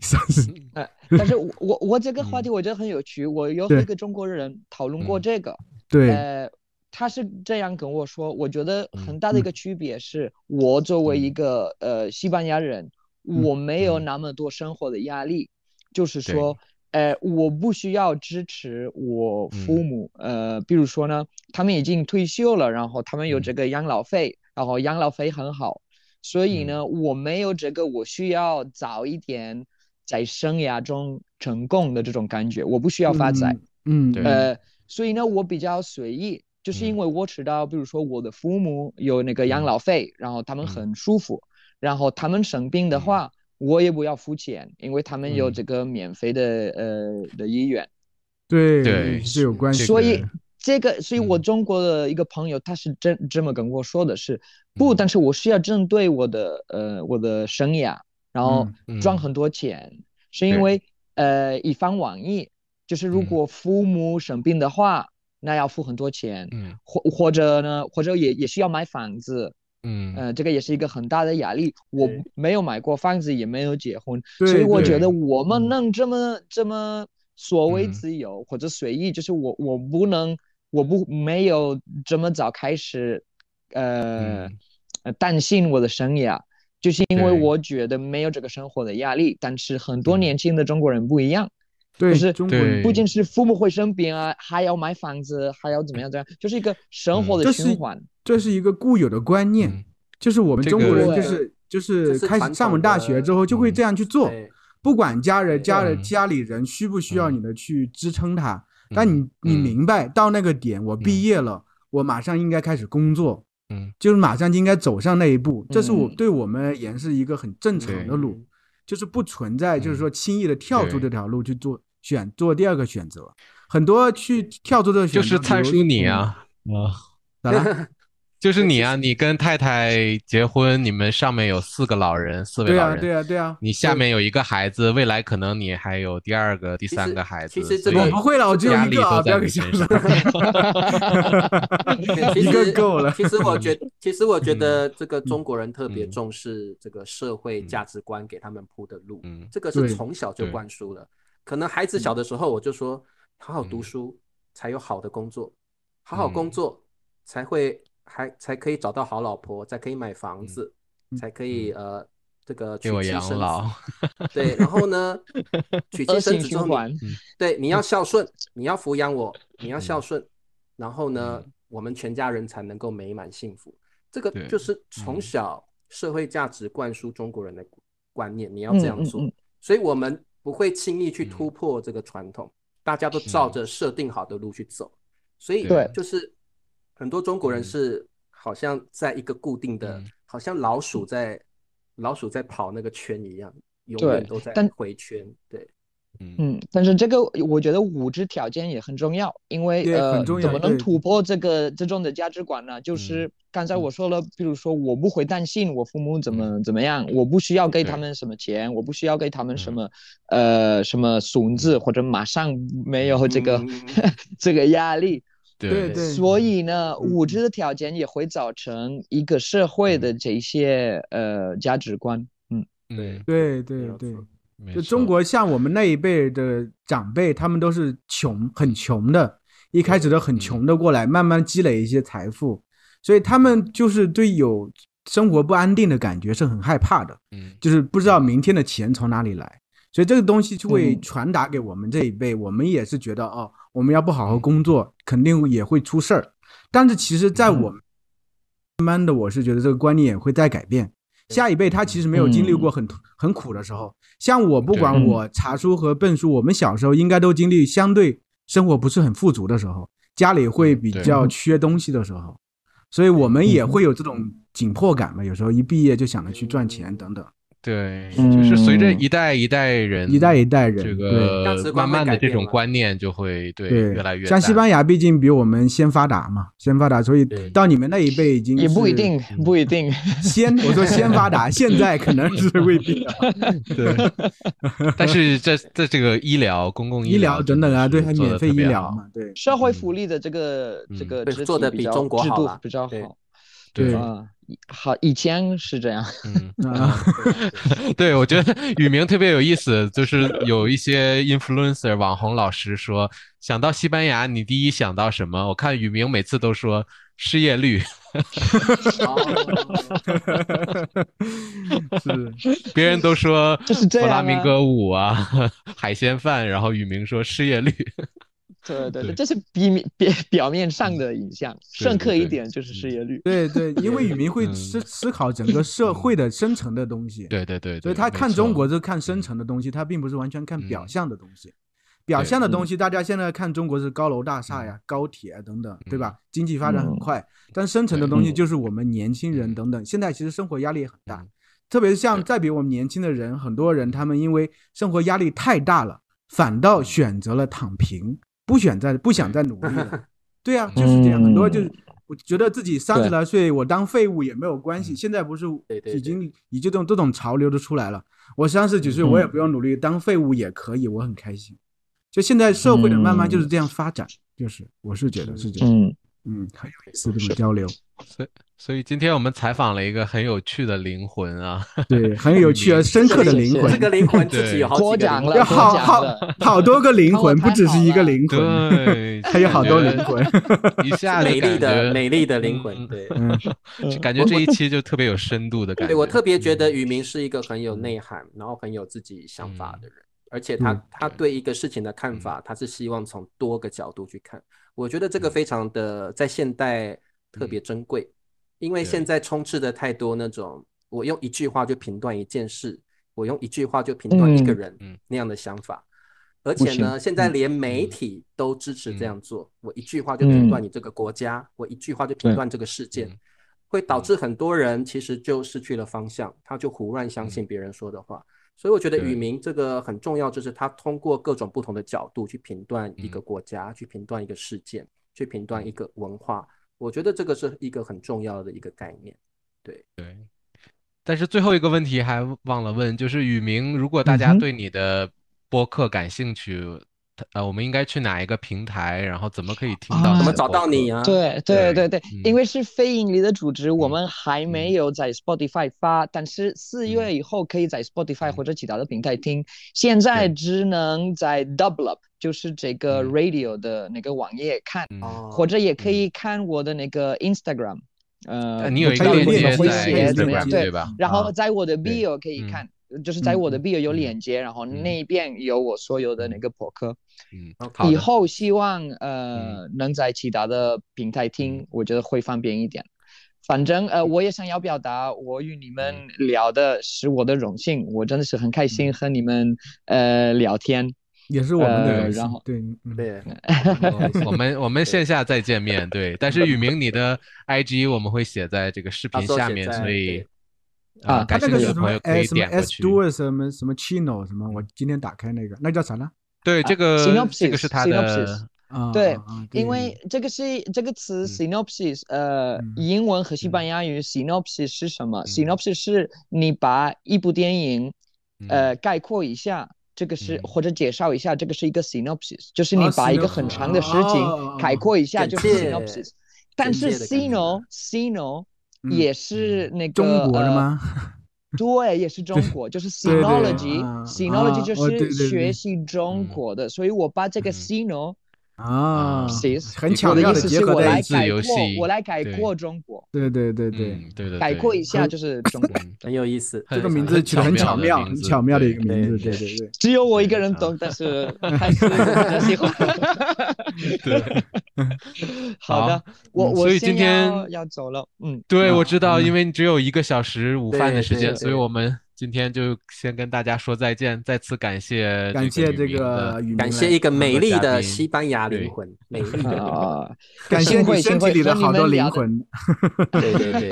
算是
哎，但是我我我这个话
嗯
题我觉得很有趣，我有和
对
一个中国人讨论过
嗯
这个，
对，嗯
呃，他是这样跟我说，我觉得很大的一个区别是，我作为一个、呃西班牙人，
嗯
我没有那么多生活的压力，就是说，呃，我不需要支持我
嗯
父母，呃，比如说呢，他们已经退休了，然后他们
嗯
有这个养老费，然后养老费很好，所以呢，
嗯
我没有这个我需要早一点在生涯中成功的这种感觉，我不需要发财，
嗯，
对
呃，所以呢，我比较随意，就是
嗯
因为我知道，比如说我的父母有那个养老费，然后他
嗯
们很舒服，然后他们生病的话，我也不要付钱，因为他们有
嗯
这个免费的呃的医院。
对
对
是有关系的，
所以这个，所以我
嗯
中国的一个朋友，他是这这么跟我说的是，不，
嗯
但是我是要针对我的呃我的生涯，然后
嗯
赚
嗯
很多钱，是因
对
为呃以防万一，就是如
嗯
果父母生病的话，那要付很多钱，
嗯
或或者呢，或者也也需要买房子，
嗯
呃，这个也是一个很大的压力。我
对
没有买过房子，也没有结婚，
对
所以我觉
对
得我们
嗯
能这么、这么所谓
嗯
自由或者随意，就是我我不能，我不没有这么早开始，呃，
嗯
呃担心我的生涯，就是因为
对
我觉得没有这个生活的压力。但是很多
嗯
年轻的中国人不一样。
对
就是
中国
对
不仅是父母会生病啊，还要买房子，还要怎么样怎么样，就是一个生活
这
的
是
循环。
这是一个固有的观念，
嗯
就是我们
这
中国
个
人就
对
是
这
就是
是
开
传
始上
统
完大学
的
之后就会
嗯
这样去做，
对
不管家人
对
家
嗯
人家里人需不需要你的去支撑他，但
嗯
你你
嗯
明白到那个点，我
嗯
毕业了，我马上应该开始工作，
嗯，
就是马上就应该走上那一步，这是我
嗯
对我们而言是一个很正常的路，就是不存在就是
嗯
说轻易的跳出
对
这条路去做选做第二个选择，很多去跳出这个
就
选择，
是
比
灿
如
叔你啊，啊，
咋了？
就是你啊，
其实
你跟太太结婚，你们上面有四个老人，四位
对
老
啊，
人，
对啊，对啊，
你下面有一个孩子，未来可能你还有第二个、第
其
三
实
个孩子，
其实这
所
个
以
我不会了，我只有
压
一
力
个啊，
都
不要
在
给
你
想
身
了
上。。
其
一个
实
够了
其实我 觉其实我觉得
嗯
这个中国人特别重视这个社会价值观给他们铺的路，
嗯
这个
对
是从小就灌输了。可能孩子小的时候我就说，好好
嗯
读书才有好的工作，好好工作才会还才可以找到好老婆，才可以买房子，
嗯
才可以呃这个娶
给我
妻
养
生子
老。
对，然后呢， 娶
恶
妻生
性
子之
循
后你
环，
嗯
对，你要孝顺，你要抚养我，你要孝顺，然后呢，我们全家人才能够美满幸福。这个
嗯对
就是从
嗯
小社会价值灌输中国人的观念，你要这样
嗯嗯
做
嗯，
所以我们不会轻易去突
嗯
破这个传统，大家都照着设定好的路去走。所以
对
就是很多中国人
嗯
是好像在一个固定的
嗯，
好像老鼠在老鼠在跑那个圈一样，永
对
远都在
但
回圈。 对，
嗯
嗯，但是这个我觉得物质条件也很重要，因为
也
呃
很重，
怎
要
么能
对嗯
突破这个这种的价值观呢？就是刚才我说了，比如说我不会担心我父
嗯
母怎么怎么样，我不需要给他
对
们什么钱，我不需要给他们什
嗯
么呃什么孙子
嗯
或者马上没有这个
嗯
这个压力，
对对
所以呢，
嗯
物质的条件也会造成一个社会的这一些呃价值观，嗯，
嗯，
对
没
对
有
对
错，
没
就
错
中国像我们那一辈的长辈，他们都是穷，很穷的，一开始都
嗯
很穷的过来，慢慢积累一些财富，所以他们就是对有生活不安定的感觉是很害怕的，
嗯
就是不知道明天的钱从哪里来，所以这个东西就会
嗯
传达给我们这一辈，我们也是觉得哦，我们要不好好工作，肯定也会出事儿。但是其实，在我们慢慢的，我是觉得这个观念也会在改变。下一辈他其实没有经历过很、很苦的时候，像我不管
对
我茶叔和笨叔，我们小时候应该都经历相对生活不是很富足的时候，家里会比
对
较缺东西的时候，所以我们也会有这种紧迫感嘛。有时候一毕业就想着去赚钱等等，
对，就是随着一代一代人
嗯一代一代人
嗯这
对
价值
个
观
慢
会
慢的
改
这
变
种
嘛
观念就会对
对，
越来越
像西
淡
班牙毕竟比我们先发达嘛，先发达，所以
对
到你们那一辈已经
也不一
是嗯
定，
嗯
不一定。
先我说先 发达，现在可能是未必啊。
对， 但是这这这个医疗、公共
医疗
真
等
的
等啊，
是
对，还
做
免
得
费
特
医
别
疗
好
嘛，对，
社会福利的这个这
嗯
个
对
制
做
度
得
比
比
较
中国
制
好
度
啦
比较
对
好，
对
啊，好，以前是这样，
嗯，
啊，
对，我觉得 雨明特别有意思，就是有一些 influencer 网红老师说，想到西班牙，你第一想到什么？我看雨明每次都说失业率，
哦
是
别人都说
就是这
弗
样
拉
啊
明戈舞啊， 海鲜饭，然后雨明说失业率，
对对
对
对，这是表面表表面上的影像，深刻一点就是失业率。
对对，因为雨明会
嗯
思思考整个社会的深层的东西，
对对对对，
所以他
没
看中
错
国就是看深层的东西，他并不是完全看表
嗯
象的东西。表
对嗯
象的东西，大家现在看中国是高楼大厦呀、高铁啊等等，对吧？经济发展很
嗯
快，但深层的
对
东西
嗯
就是我们年轻人
嗯
等等，现在其实生活压力也很大
嗯，
特别是像
对
再比我们年轻的人，很多人他们因为生活压力太大了，反
嗯
倒选择了躺平，不选再不想再努力 了。对呀、就是这样，很多就是
嗯
我觉得自己三十
对
来岁，我当废物也没有关系。
嗯
现在不是
对对
已
对
经以这种这种潮流都出来了，我三十几岁我也不用努力，当废物也可以，我很开心。就现在社会的慢慢就是这样发展，就是我是觉得是这样，
嗯，
嗯，很有意思这种交流，
所以今天我们采访了一个很有趣的灵魂啊，
对，很有趣而啊深刻的
是是
灵
这个
魂，
灵魂自己有好几个
获
灵
奖
魂
有
了
好
获奖
好
了
好多个灵魂，
哦
不只是一个灵魂，
对，
还有好多灵
感觉
魂，
一下子
美
感
丽的
觉
美丽的灵
嗯
魂，对。
嗯，
就感觉这一期就特别有深度的感觉。嗯
对我特别觉得宇明是一个很有内涵，然后很有自己想法的人，而且他
嗯
他对一个事情的看法，他是希望从多个角度去看。我觉得这个非常的在现代特别珍贵，因为
对
现在充斥的太多那种我用一句话就评断一件事，我用一句话就评断一个
嗯
人
嗯
那样的想法。而
不
且呢，
行
现在
嗯
连媒
嗯
体都支持这
嗯
样做。我一句话就评断
嗯
你这个国家，我一句话就评
对
断这个事件。
嗯
会导致很多人其实就失去了方向，他就胡乱相信别人说的话。所以我觉得
对
宇明这个很重要，就是他通过各种不同的角度去评断一个
嗯
国家，去评断一个事件，去评断一个文化。我觉得这个是一个很重要的一个概念。
但是最后一个问题还忘了问，就是雨明，如果大家
嗯哼
对你的播客感兴趣，它呃，我们应该去哪一个平台？然后怎么可以听到？
啊
怎
怎
么找到你？啊？
对
对
对对对
嗯，
因为是非盈利的组织，我
嗯
们还没有在 Spotify 发，但是四月以后可以在 Spotify
嗯
或者其他的平台听。现在
对
只能在 Double Up，就是这个
嗯
radio 的那个网页看，
嗯，
哦，
或者也可以看我的那个 Instagram。呃，
你有一个
我知道
链
我
接
怎么会
在
写怎么
Instagram
样？
对
对，
吧？
然
啊
后在我的
对
bio 可以
嗯
看，就是在我的
嗯
bio 有
嗯
链接，然后
嗯
那边有我所有的那个博客。
嗯，
OK
好
以
的，嗯
后希望呃能在其他的平台听，我觉得会方便一点。反正呃，我也想要表达，我与你们
嗯
聊的是我的荣幸，我真的是很开心和你们呃聊天。
也是我们的
呃
荣幸
然后，
对，嗯
对，
哦嗯我我 们我们线下再见面，对。但是雨明，你的 IG 我们会写在这个视
到
频
时候
下
写
面，
在
所以
啊
呃
他
他
感兴
那个
趣
是
的
什么
朋友可
哎
以
什么
点过
S
去。
Doer 什么什么 Chino 什么，我今天打开那个，那叫啥呢？
对，这个
synopsis，
这个是他的
synopsis
啊，
对
啊，啊
因为这个是这个词 synopsis，呃
嗯，
英文和西班牙语 synopsis 是什么
嗯
？synopsis 是你把一部电影
嗯
呃概括一下，这个是
嗯
或者介绍一下，这个是一个 synopsis，就是
啊
你把一个
，synopsis 啊
很长的事情概括一下
简
就是
介
synopsis，但是
简介的感觉
sino sino
嗯
也是那个
中国的
呃
吗？
对，也是中国，就是
对对
sinology，
啊啊
sinology 就
哦对对对
是学习中
嗯
国的，所以我把这个
嗯
sino
啊，
sis，
很巧
我的
妙
意
的
思
结
是
合
我
在
来
一起，
自
改
由
过
系，
我来改
对
过中国，
对对对对
嗯，，对对，
改过
对
一下就是中国。
嗯
很有意思。
很
这个名字取得很巧妙，很巧妙的一个名字，对
对
对对，
只有我一个人
啊
懂，但是还是很喜欢。
对对
好的
好，
我
嗯
我
所以
先
今天
要要走了，嗯，
对，我
啊
知道，因为你只有一个小时午饭的时
对
间，
对
所以
对
我们今天就先跟大家说再见，再次感谢
感谢这
吕明
个
的，
雨明
感
来
谢一个美丽
很多嘉
的
宾
西班牙
对
灵魂，美丽 的灵魂。
啊，
感谢
幸会
你身
幸
体
会
里的
和你
好多
们
灵
聊得
魂，
对对对，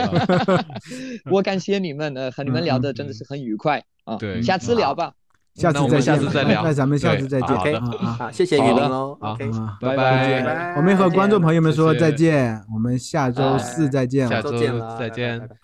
我感谢你们，呃，和你们聊的真的
嗯
是很愉快啊，
对
下次聊吧，
下
那我
次再
们下
见，
次再聊
那咱们下
对
次再见，
好
啊
，OK，
的
啊
好，谢谢雨
好
林
的
喽
好
，OK，
啊！
拜
拜
拜，
我们和观众朋友们说
再
再
见
见，我们下周
拜
四再见，
下
下周
周
见了，
再
拜拜
见
拜拜